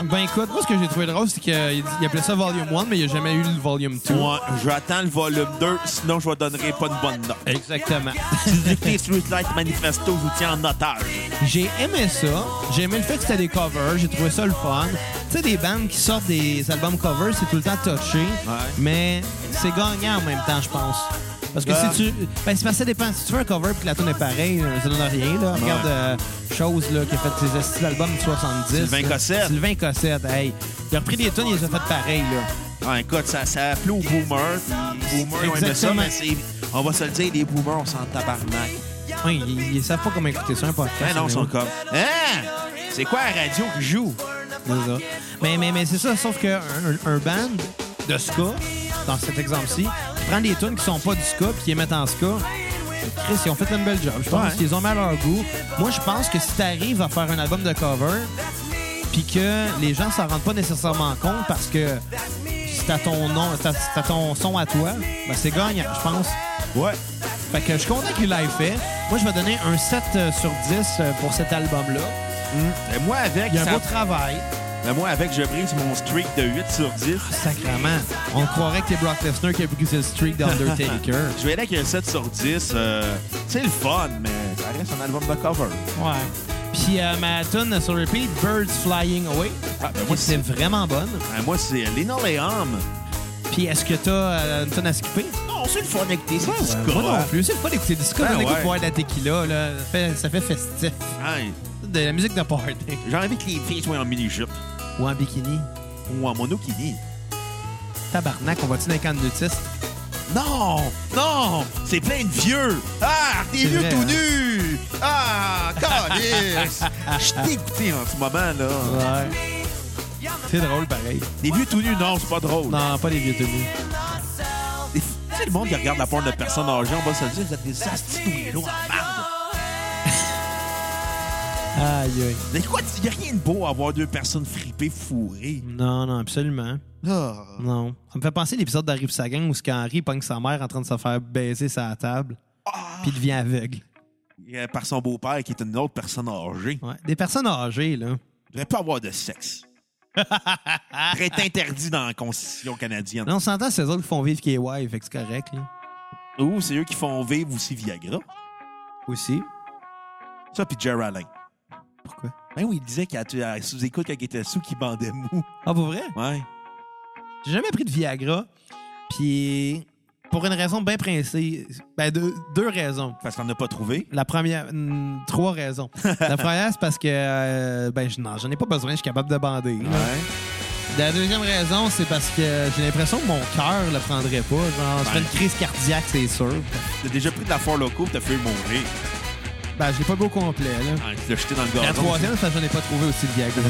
S3: 1.
S1: Ben écoute, moi ce que j'ai trouvé drôle, c'est qu'il appelait ça Volume 1, mais il n'y a jamais eu le Volume 2.
S3: Moi, j'attends le volume 2, sinon je ne donnerai pas une bonne note.
S1: Exactement.
S3: Si écoutez Streetlight Manifesto, je vous tiens en otage.
S1: J'ai aimé ça. J'ai aimé le fait que c'était des covers. J'ai trouvé ça le fun. Tu sais, des bandes qui sortent des albums covers, c'est tout le temps touché. Mais c'est gagnant en même temps, je pense. Parce que
S3: Ben.
S1: si tu. Ben, c'est parce que ça dépend. Si tu fais un cover puis que la tune est pareille, euh, ça donne rien, là. Regarde, euh, Chose, là, qui a fait ses estis albums de 70.
S3: Sylvain
S1: là.
S3: Cossette.
S1: Sylvain Cossette, hey. Il a repris des tunes, il les a fait pareil, là.
S3: Ah, écoute, ça, ça plaît aux boomers. Les boomers ont aimé ça,
S1: Exactement.
S3: mais c'est- on va se le dire, les boomers, on s'en tabarnak.
S1: Ouais, ils, ils savent pas comment écouter ça, un podcast.
S3: Mais Ben non,
S1: mais
S3: ils sont
S1: ouais.
S3: comme. Hein? C'est quoi la radio qui joue?
S1: C'est ça. Mais, mais, mais c'est ça, sauf qu'un un un band de ska, dans cet exemple-ci, prend des tunes qui sont pas du ska puis qui les mettent en ska. Chris, ils ont fait une belle job. Je pense
S3: Ouais.
S1: qu'ils ont mal à leur goût. Moi, je pense que si t'arrives à faire un album de cover puis que les gens s'en rendent pas nécessairement compte parce que c'est à ton nom, c'est à- c'est à ton son à toi, ben c'est gagnant, je pense.
S3: Ouais.
S1: Fait que je suis content qu'il l'ait fait. Moi, je vais donner un 7 euh, sur 10 euh, pour cet album-là.
S3: Mais moi, avec,
S1: Il y a un
S3: ça-
S1: beau travail.
S3: mais moi, avec, je brise mon streak de 8 sur 10.
S1: Ah, Sacrement. On croirait que c'est Brock Lesnar qui a brisé le streak d'Undertaker.
S3: Je vais aller avec un 7 sur 10. euh, c'est le fun, mais ça reste un album de cover.
S1: *laughs* ouais. Puis euh, ma tune sur repeat, Birds Flying Away.
S3: Ah, ben
S1: qui
S3: moi,
S1: c'est
S3: c'est-
S1: vraiment bonne.
S3: Ben, moi, c'est Lena Leum.
S1: Puis est-ce que t'as euh, une tune à skipper? Euh,
S3: Non, c'est le fun d'écouter, c'est du
S1: Moi
S3: ska.
S1: non plus. C'est pas d'écouter du ska,
S3: Ben
S1: on écoute
S3: ouais.
S1: boire de la tequila. Là. Ça, fait, ça fait festif.
S3: Hein,
S1: De la musique de party.
S3: J'ai envie que les filles soient en mini-jupe
S1: Ou en bikini.
S3: ou en monokini.
S1: Tabarnak, on va-tu dans les camps de nudistes?
S3: Non! Non! C'est plein de vieux! Ah! T'es
S1: C'est
S3: vieux
S1: vrai,
S3: tout
S1: hein?
S3: nu! Ah!
S1: *laughs*
S3: Calice! Je t'ai écouté en ce moment, là.
S1: Ouais. C'est drôle pareil.
S3: Des vieux tout nus, non, c'est pas drôle.
S1: Non, pas les vieux tenus.
S3: Tu sais, le monde qui regarde la porte de personnes âgées, on va se le dire, vous êtes des astis en merde.
S1: Aïe, aïe.
S3: Mais quoi, il n'y a rien de beau à avoir deux personnes fripées, fourrées.
S1: Non, non, absolument.
S3: Ah.
S1: Non. Ça me fait penser à l'épisode d'Arrive sa gang où ce qu'Henri pogne sa mère en train de se faire baiser sa table, puis il devient aveugle.
S3: Euh, Par son beau-père, qui est une autre personne âgée.
S1: Ouais. Des personnes âgées, là.
S3: Il devrait pas avoir
S1: *laughs*
S3: de sexe. Très interdit dans la Constitution canadienne.
S1: Là, on s'entend, c'est eux autres qui font vivre KY, fait que c'est correct, là.
S3: Ou c'est eux qui font vivre aussi Viagra.
S1: Aussi.
S3: Ça, puis Jerry Allen.
S1: Pourquoi?
S3: Ben oui, il disait qu'à tu- à sous-écoute quand il était sous, qu'il bandait mou.
S1: Ah, pour vrai?
S3: Ouais.
S1: J'ai jamais pris de Viagra. Puis, pour une raison bien principale, ben deux, deux raisons.
S3: Parce qu'on n'a pas trouvé.
S1: La première, hmm, trois raisons. *laughs* La première, c'est parce que, euh, ben, je- non, j'en ai pas besoin, je suis capable de bander. là. La deuxième raison, c'est parce que j'ai l'impression que mon cœur le prendrait pas. Genre, je fais
S3: Ben.
S1: une crise cardiaque, c'est sûr.
S3: T'as déjà pris de la foire locaux, t'as fait mourir.
S1: Ben, je l'ai pas beau complet, là.
S3: Ah, Tu l'as jeté dans le
S1: La
S3: gazon.
S1: troisième, c'est parce que j'en ai pas trouvé aussi de Viagra.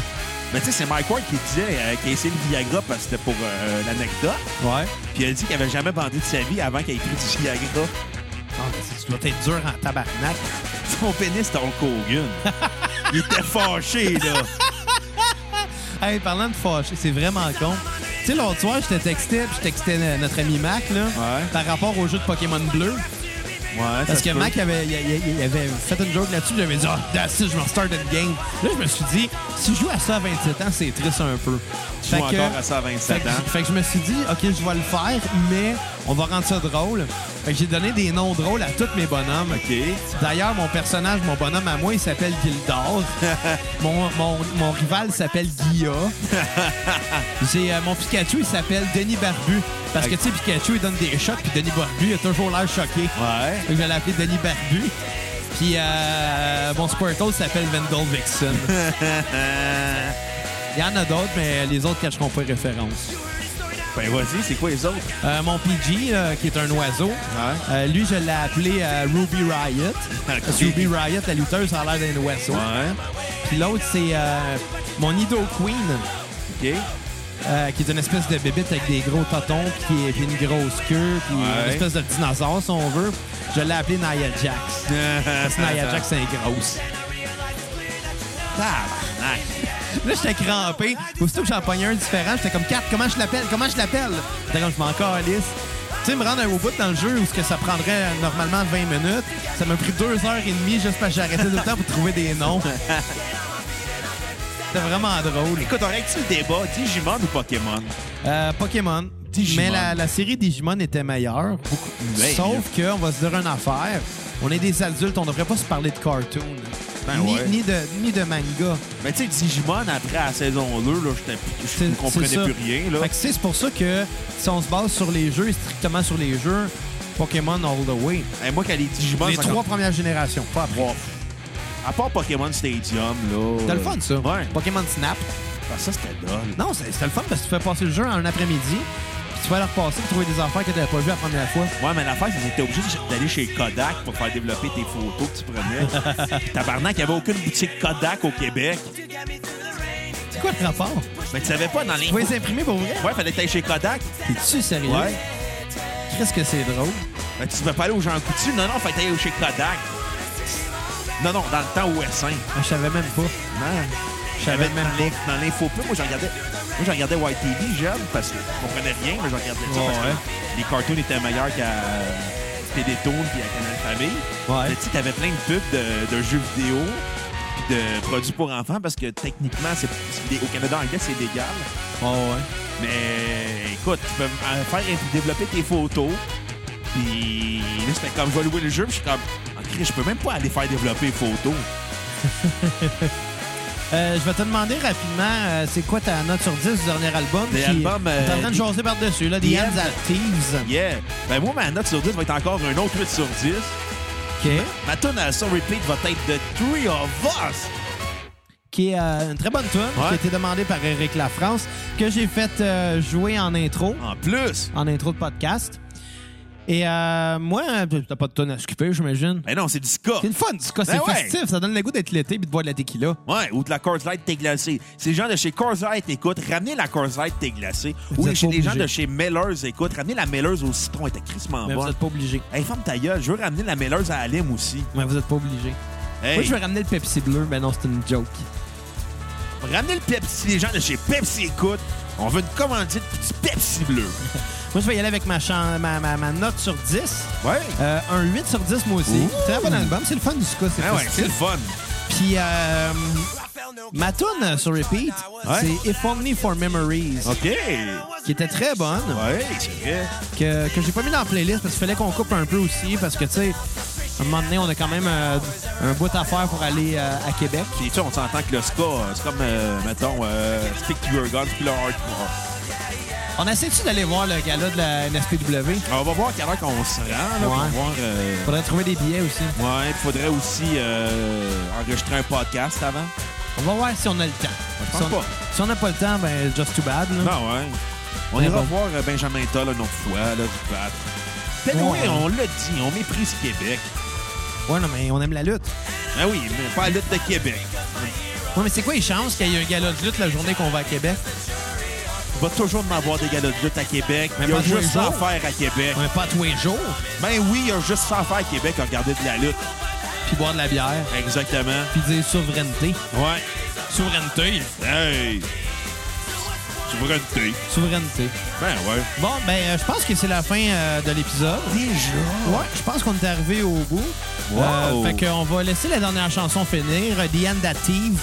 S3: Mais tu sais, c'est Mike Ward qui disait euh, qu'il a essayé le Viagra parce que c'était pour euh, l'anecdote.
S1: Ouais.
S3: Puis il a dit qu'il avait jamais bandé de sa vie avant qu'il ait pris du Viagra.
S1: Ah, ben, c'est- tu dois être dur en tabarnak.
S3: Son pénis, c'était Hulk *laughs* Hogan. il était fâché, là.
S1: Hey, parlant de fâché, c'est vraiment con. Tu sais, l'autre soir, je te textais, puis je textais euh, notre ami Mac, là,
S3: Ouais.
S1: par rapport au jeu de Pokémon Bleu.
S3: Ouais,
S1: Parce que
S3: Mac
S1: Mac avait, il, il- il avait fait une joke là-dessus, puis j'avais dit, ah, that's it, je me restart une game. Là, je me suis dit, si je joue à ça à 27 ans, c'est triste un peu.
S3: Tu joues encore à ça à 27
S1: fait que-
S3: ans.
S1: fait que je me suis dit, OK, je vais le faire, mais on va rendre ça drôle. Fait que j'ai donné des noms drôles à tous mes bonhommes.
S3: OK.
S1: D'ailleurs, mon personnage, mon bonhomme à moi, il s'appelle *laughs* Gildor. mon, mon, mon rival s'appelle *laughs* Guilla. J'ai euh, mon Pikachu, il s'appelle Denis Barbu. Parce que, tu sais, Pikachu, il donne des chocs, puis Denis Barbu, il a toujours l'air choqué.
S3: Ouais.
S1: Fait que je vais l'appeler Denis Barbu. Puis euh, mon Squirtle s'appelle Vendel *laughs* Vixen. Il y en a d'autres, mais les autres ne cacheront pas les références.
S3: Ben vas-y, c'est quoi les autres?
S1: Euh, mon PG, là, qui est un oiseau, euh, lui, je l'ai appelé euh, Ruby Riot. Parce que Ruby Riot, la lutteuse, ça a l'air d'un oiseau.
S3: Ouais.
S1: Puis l'autre, c'est euh, mon Ido Queen,
S3: OK.
S1: *laughs* euh, qui est une espèce de bébite avec des gros totons, puis, puis une grosse queue, puis une
S3: Ouais.
S1: espèce de dinosaure, si on veut. Je l'ai appelé Nia Jax. Parce que Nia Jax, c'est une grosse.
S3: Tabarnak.
S1: Là, j'étais crampé. Aussitôt que j'en pognais un différent, j'étais comme, 4, comment je l'appelle? Comment je l'appelle? J'étais comme, je m'en calisse. Tu sais, me rendre au bout dans le jeu où ce que ça prendrait euh, normalement 20 minutes, ça m'a pris 2 heures et demie juste parce que j'arrêtais tout le temps pour trouver des noms. C'était vraiment drôle.
S3: Écoute, on règle-tu le débat? Digimon ou Pokémon?
S1: Euh, Pokémon.
S3: Digimon.
S1: Mais la, la série Digimon était meilleure. Beaucoup
S3: meilleure.
S1: Sauf qu'on va se dire une affaire. On est des adultes, on devrait pas se parler de cartoon.
S3: Ben
S1: ni,
S3: ouais.
S1: ni de, ni de manga.
S3: Mais Ben, tu sais, Digimon, après la saison 2, là, j'étais- je
S1: C'est-
S3: ne comprenais
S1: c'est ça.
S3: plus rien. Là.
S1: Fait que c'est c'est pour ça que si on se base sur les jeux, et strictement sur les jeux, Pokémon All the Way.
S3: Hey, moi, quand les Digimon...
S1: les
S3: ça
S1: trois premières générations, pas après.
S3: Wow. À part Pokémon Stadium, là...
S1: C'était le fun, ça.
S3: Ouais.
S1: Pokémon Snap.
S3: Ah, ça, c'était dole.
S1: Non, c'est- c'était le fun parce que tu fais passer le jeu en un après-midi, puis tu vas leur passer et trouver des affaires que tu n'avais pas vues la première fois.
S3: Ouais, mais l'affaire, c'est que t'étais obligé d'aller chez Kodak pour faire développer tes photos que
S1: *laughs*
S3: tu prenais. Tabarnak, il n'y avait aucune boutique Kodak au Québec.
S1: C'est quoi le rapport?
S3: Mais tu savais pas dans les...
S1: Tu vas les imprimer pour vrai?
S3: Ouais, fallait que t'ailles chez Kodak.
S1: T'es-tu sérieux?
S3: Ouais.
S1: Qu'est-ce que c'est drôle?
S3: Mais tu ne pas aller aux gens coutus. Non, non, fallait que t'ailles chez Kodak. Non, non, dans le temps au S1.
S1: Ah, Je savais même pas.
S3: Non.
S1: Je
S3: J'avais
S1: savais même
S3: même
S1: pas.
S3: les, dans l'info pub, moi je regardais. Moi je regardais White TV jeune parce que je comprenais rien, mais je regardais ça
S1: Ouais,
S3: parce
S1: ouais.
S3: que les cartoons étaient meilleurs qu'à Télétoon puis à Canal Famille.
S1: Ouais.
S3: Mais Ah, tu sais, t'avais plein de pubs de, de jeux vidéo puis de produits pour enfants parce que techniquement, c'est, c'est- au Canada anglais, c'est légal.
S1: Oh, ouais.
S3: Mais écoute, tu peux me faire développer tes photos. Puis là, c'était comme, je vais louer le jeu, puis je suis comme, Ah, Christ, je peux même pas aller faire développer les photos.
S1: Euh, je vais te demander rapidement, euh, c'est quoi ta note sur 10 du dernier album?
S3: Des
S1: qui-
S3: albums, euh,
S1: T'es en train de
S3: des-
S1: jaser par-dessus, là. The
S3: des
S1: Hands
S3: albums-
S1: at Thieves.
S3: Yeah. Ben moi, ma note sur 10 va être encore un autre 8 sur 10.
S1: OK.
S3: Ma tune à son repeat va être The Three of Us.
S1: qui est euh, une très bonne tune, qui a été demandée par Eric Lafrance, que j'ai faite euh, jouer en intro,
S3: En plus.
S1: en intro de podcast. Et euh, moi, euh, t'as pas de tune à skipper, j'imagine.
S3: Ben non, c'est du ska.
S1: C'est une fun, c'est quoi, c'est
S3: Ben ouais.
S1: festif, ça donne le goût d'être l'été et de boire de la tequila.
S3: Ouais, ou de la Coors Light t'es glacé. Si les gens de chez Coors Light écoutent, ramenez la Coors Light t'es glacé.
S1: Vous
S3: Ou
S1: êtes
S3: chez
S1: pas
S3: les gens
S1: obligés.
S3: de chez Mellers écoutent, ramenez la Mellers au citron, elle était crissement
S1: Mais vous
S3: bonne.
S1: êtes pas obligé.
S3: Hey, ferme ta gueule, je veux ramener la Mellers à Alim aussi.
S1: Mais vous êtes pas obligé.
S3: Hey,
S1: Moi, je vais ramener le Pepsi bleu, mais non, c'est une joke.
S3: ramenez le Pepsi. Les gens de chez Pepsi écoutent, on veut une commandite du Pepsi
S1: *laughs*
S3: bleu.
S1: Moi, je vais y aller avec ma, chan- ma, ma- ma note sur 10.
S3: Ouais.
S1: Euh, un 8 sur 10, moi aussi.
S3: Ouh.
S1: Très bon album, c'est le fun du ska, c'est
S3: Ah ouais,
S1: festif.
S3: c'est le fun.
S1: Puis, euh, ma tune sur repeat,
S3: Ouais.
S1: c'est If Only for Memories.
S3: OK.
S1: qui était très bonne,
S3: Ouais, c'est vrai.
S1: que, que j'ai pas mis dans la playlist parce qu'il fallait qu'on coupe un peu aussi, parce que, tu sais, à un moment donné, on a quand même euh, un bout à faire pour aller euh, à Québec.
S3: Puis tu sais, on s'entend que le ska, euh, c'est comme, euh, mettons, euh, Stick to Your Guns puis le hardcore.
S1: On essaie-tu d'aller voir le gala de la NSPW?
S3: On va voir à quelle heure qu'on se rend, là, pour
S1: Ouais.
S3: voir... euh,
S1: Faudrait trouver des billets aussi.
S3: Ouais, il faudrait aussi euh, enregistrer un podcast avant.
S1: On va voir si on a le temps.
S3: pense
S1: Si on-
S3: pas.
S1: Si on n'a pas le temps, ben, just too bad. là.
S3: Non, ouais. On
S1: Mais
S3: ira
S1: Ben bon.
S3: voir euh, Benjamin Toll une autre fois, là, du bat. Ben
S1: Ouais.
S3: oui, on l'a dit, on méprise Québec.
S1: Ouais, non, mais on aime la lutte.
S3: Ben oui, mais pas la lutte de Québec.
S1: Ouais, mais c'est quoi les chances qu'il y ait un gala de lutte la journée qu'on va à Québec?
S3: Il va toujours en avoir des galas de lutte à Québec.
S1: Mais
S3: il y a
S1: pas tous les
S3: juste ça à
S1: jours.
S3: faire à Québec.
S1: Ouais, pas tous les jours.
S3: Ben oui, il y a juste ça à faire à Québec, à regarder de la lutte.
S1: Puis boire de la bière.
S3: Exactement.
S1: Puis dire souveraineté.
S3: Ouais.
S1: Souveraineté.
S3: Hey! Souveraineté.
S1: Souveraineté.
S3: Ben ouais.
S1: Bon, ben, euh, je pense que c'est la fin euh, de l'épisode.
S3: Déjà?
S1: Ouais, je pense qu'on est arrivé au bout. Euh,
S3: Wow.
S1: fait qu'on va laisser la dernière chanson finir, The End That Thieves,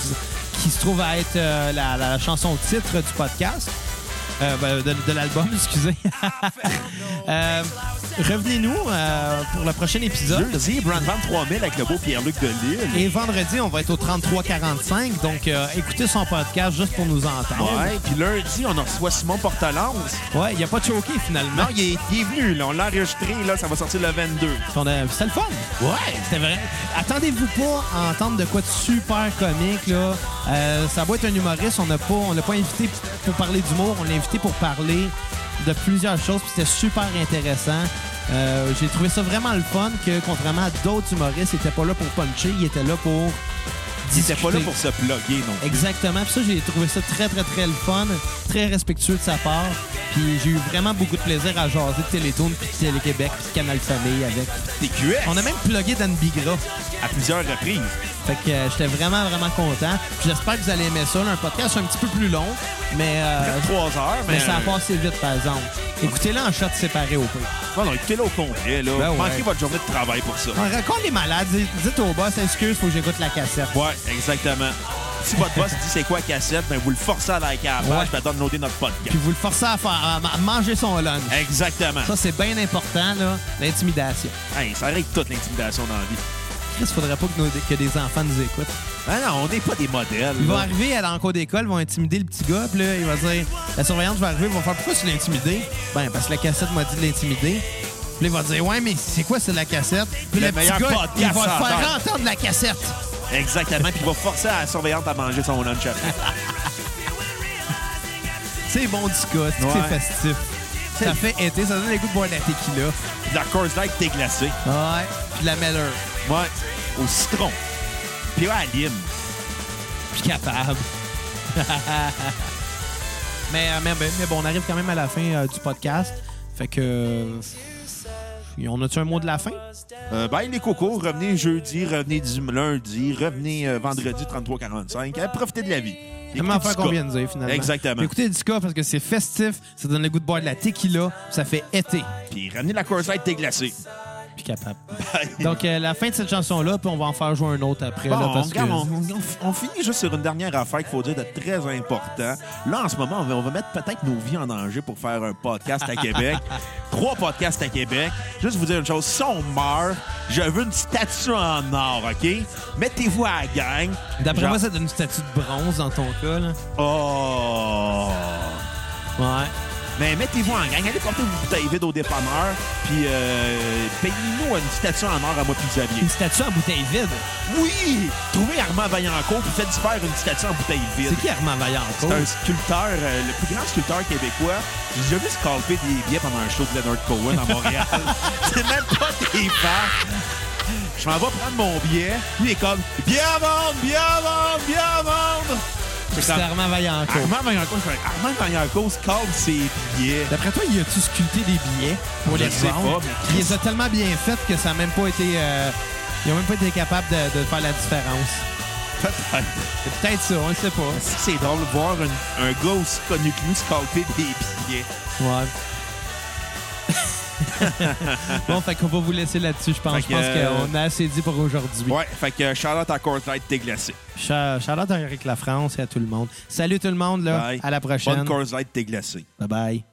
S1: qui se trouve à être euh, la, la chanson titre du podcast, Euh, ben, de, de l'album, *laughs* excusez. Euh, Revenez-nous euh, pour le prochain épisode.
S3: Jeudi, Brand 3000 avec le beau Pierre-Luc de Lille.
S1: Et vendredi, on va être au 3345, donc euh, écoutez son podcast juste pour nous entendre.
S3: Ouais, puis lundi, on en reçoit Simon Portalance.
S1: Ouais, il n'y a pas de choqué finalement.
S3: Non, il est, il est venu, là. On l'a enregistré, là. Ça va sortir le 22.
S1: Puis on a- C'était le fun. Ouais. C'était vrai. Attendez-vous pas à entendre de quoi de super comique, là. Euh, ça va être un humoriste. On n'a pas, on l'a pas invité pour parler d'humour. On l'a invité pour parler de plusieurs choses. Puis c'était super intéressant. Euh, J'ai trouvé ça vraiment le fun que, contrairement à d'autres humoristes, ils n'étaient pas là pour puncher. Ils étaient là pour
S3: Il était pas là
S1: discuter.
S3: pour se plugger, non.
S1: Exactement. Puis ça, j'ai trouvé ça très, très, très le fun, très respectueux de sa part. Puis j'ai eu vraiment beaucoup de plaisir à jaser de Télétoon, puis de Télé-Québec, puis de Canal Famille avec.
S3: TQS.
S1: On a même plugué Dan Bigra.
S3: à plusieurs reprises.
S1: Fait que euh, j'étais vraiment, vraiment content. Puis J'espère que vous allez aimer ça. là. un podcast un petit peu plus long, mais, euh,
S3: 3 heures, euh, mais.
S1: mais ça a passé vite, par exemple. Écoutez-le en shot séparé au pire.
S3: Non, non, écoutez-le au complet, là.
S1: Ben ouais.
S3: Manquez votre journée de travail pour ça.
S1: On raconte les malades. Dites, dites au boss, excuse, faut que j'écoute la cassette.
S3: Ouais, exactement. Si votre boss dit c'est quoi cassette, ben vous le forcez à liker à la
S1: Ouais.
S3: page, puis à downloader notre podcast.
S1: Puis vous le forcez à, faire, à ma- manger son lunch.
S3: Exactement.
S1: Ça, c'est bien important, là, l'intimidation.
S3: Hey, ça règle toute l'intimidation dans la vie.
S1: Chris, faudrait pas que, nos- que des enfants nous écoutent.
S3: Ben non, on n'est pas des modèles.
S1: Ils vont
S3: là.
S1: arriver à l'encours d'école, ils vont intimider le petit gars, puis là, il va dire La surveillante va arriver, il va faire Pourquoi tu l'as intimidé Ben, parce que la cassette m'a dit de l'intimider. Puis là, il va dire Ouais, mais c'est quoi, c'est de la cassette Puis
S3: Le
S1: le, petit
S3: meilleur
S1: gars,
S3: podcast
S1: il va
S3: à
S1: te faire
S3: terre.
S1: entendre la cassette.
S3: Exactement, puis il va forcer à la surveillante à manger son lunch après.
S1: *laughs* C'est bon, du gars, c'est
S3: Ouais.
S1: c'est festif. Ça fait été, ça donne le goût de boire de la tequila.
S3: Puis de la course light t'es glacée.
S1: Ouais, puis de la Miller.
S3: Ouais. Au citron. Puis à la lime.
S1: Puis capable. *laughs* mais, euh, mais, mais- mais bon, on arrive quand même à la fin euh, du podcast. Fait que. euh, On a-tu un mot de la fin?
S3: Euh, ben, les cocos, revenez jeudi, revenez dim- lundi, revenez euh, vendredi 33-45. Euh, profitez de la vie.
S1: Comment
S3: Écoutez
S1: faire
S3: du
S1: qu'on
S3: ska.
S1: vient de dire, finalement.
S3: Exactement.
S1: Mais Écoutez du cas parce que c'est festif, ça donne le goût de boire de la tequila, ça fait été.
S3: Puis ramenez la course light déglacée.
S1: Puis
S3: *laughs*
S1: capable.
S3: Bye.
S1: Donc, euh, la fin de cette chanson-là, puis on va en faire jouer un autre après.
S3: Bon,
S1: là,
S3: on,
S1: parce
S3: regarde,
S1: que...
S3: on- on- on finit juste sur une dernière affaire qu'il faut dire de très important. Là, en ce moment, on va, on va mettre peut-être nos vies en danger pour faire un podcast
S1: *laughs*
S3: à Québec. Trois podcasts à Québec. Juste vous dire une chose, si on meurt, je veux une statue en or, OK? Mettez-vous à la gang.
S1: D'après
S3: Genre-
S1: moi, ça donne une statue de bronze dans ton cas. Là.
S3: Oh!
S1: Ouais.
S3: Mais mettez-vous en gang. Allez porter vos bouteilles vides au dépanneur. Puis euh, payez-nous une statue en or à moi puis Xavier.
S1: Une statue en bouteille vide.
S3: Oui! Trouvez Armand Vaillancourt puis faites faire une statue en bouteille vide.
S1: C'est qui Armand Vaillancourt?
S3: C'est un sculpteur, euh, le plus grand sculpteur québécois. J'ai déjà vu scalper des billets pendant un show de Leonard Cohen à Montréal. C'est même pas des fans. Je m'en vais prendre mon billet. Lui, il est comme « Bien à vendre, bien à vendre, bien à vendre! » C'est
S1: C'est
S3: comme
S1: Armand Vaillancourt.
S3: Armand Magnanco, je fais « Armand Magnanco scalpe ses billets.
S1: D'après toi, il a-tu sculpté des billets pour
S3: Je
S1: les
S3: sais
S1: vendre?
S3: pas, mais-
S1: Il les a tellement bien faites que ça n'a même pas été... euh, Ils n'ont même pas été capables de, de faire la différence. »
S3: Peut-être.
S1: C'est peut-être ça, on ne sait pas.
S3: Si C'est drôle de voir une- un gars aussi connu que nous scalper des billets.
S1: *laughs* Ouais. bon, fait qu'on va vous laisser là-dessus, je pense.
S3: Fait
S1: Je
S3: que,
S1: pense
S3: euh,
S1: qu'on a assez dit pour aujourd'hui.
S3: Ouais, fait que Charlotte à Courtlight, t'es glacé.
S1: Cha- Shout-out à Eric La France et à tout le monde. Salut tout le monde, là.
S3: Bye.
S1: À la
S3: Bonne
S1: prochaine.
S3: Courtlight, t'es glacé.
S1: Bye-bye.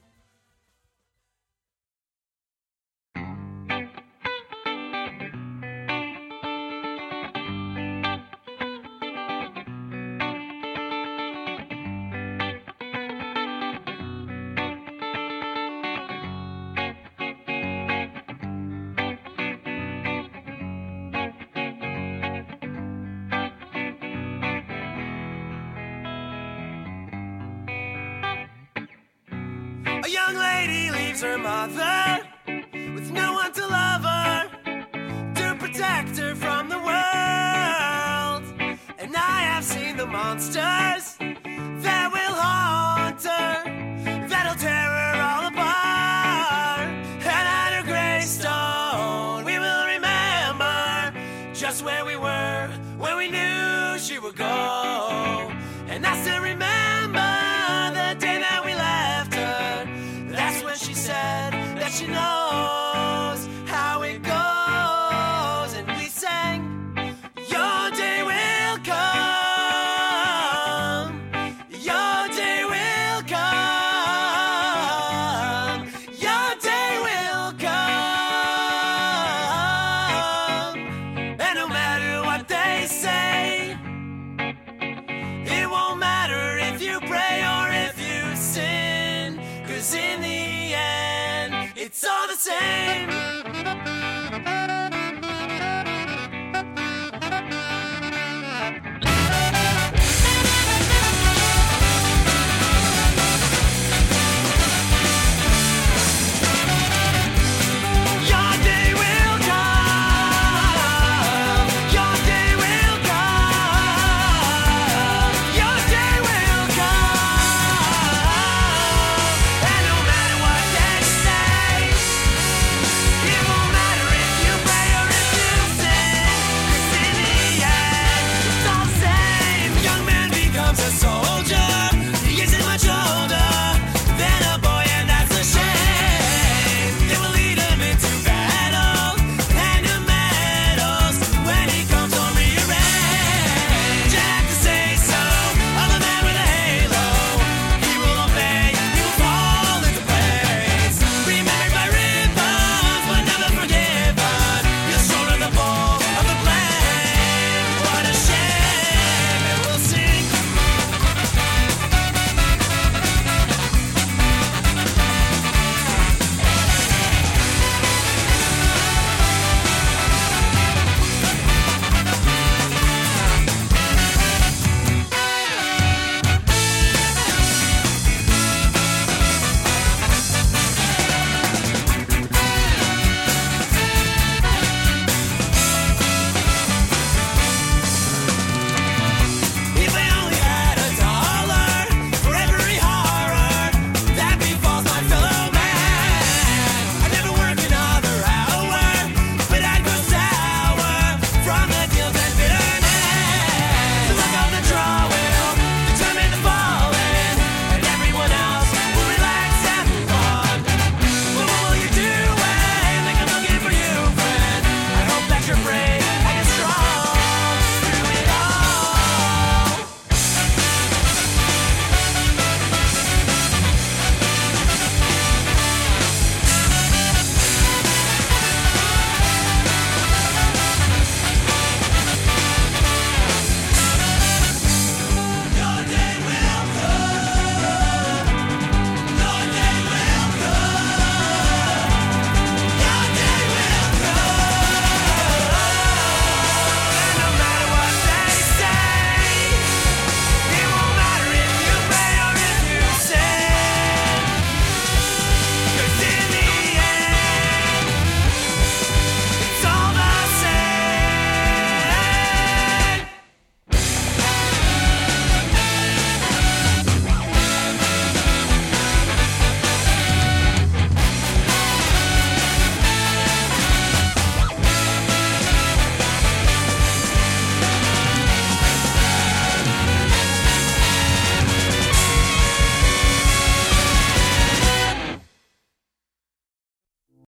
S2: young lady leaves her mother with no one to love her, to protect her from the world. And I have seen the monsters that will haunt her, that'll tear her all apart. And on her gravestone, we will remember just where we were when we knew she would go. And I still remember the day that we left her. That's when she said that she knows.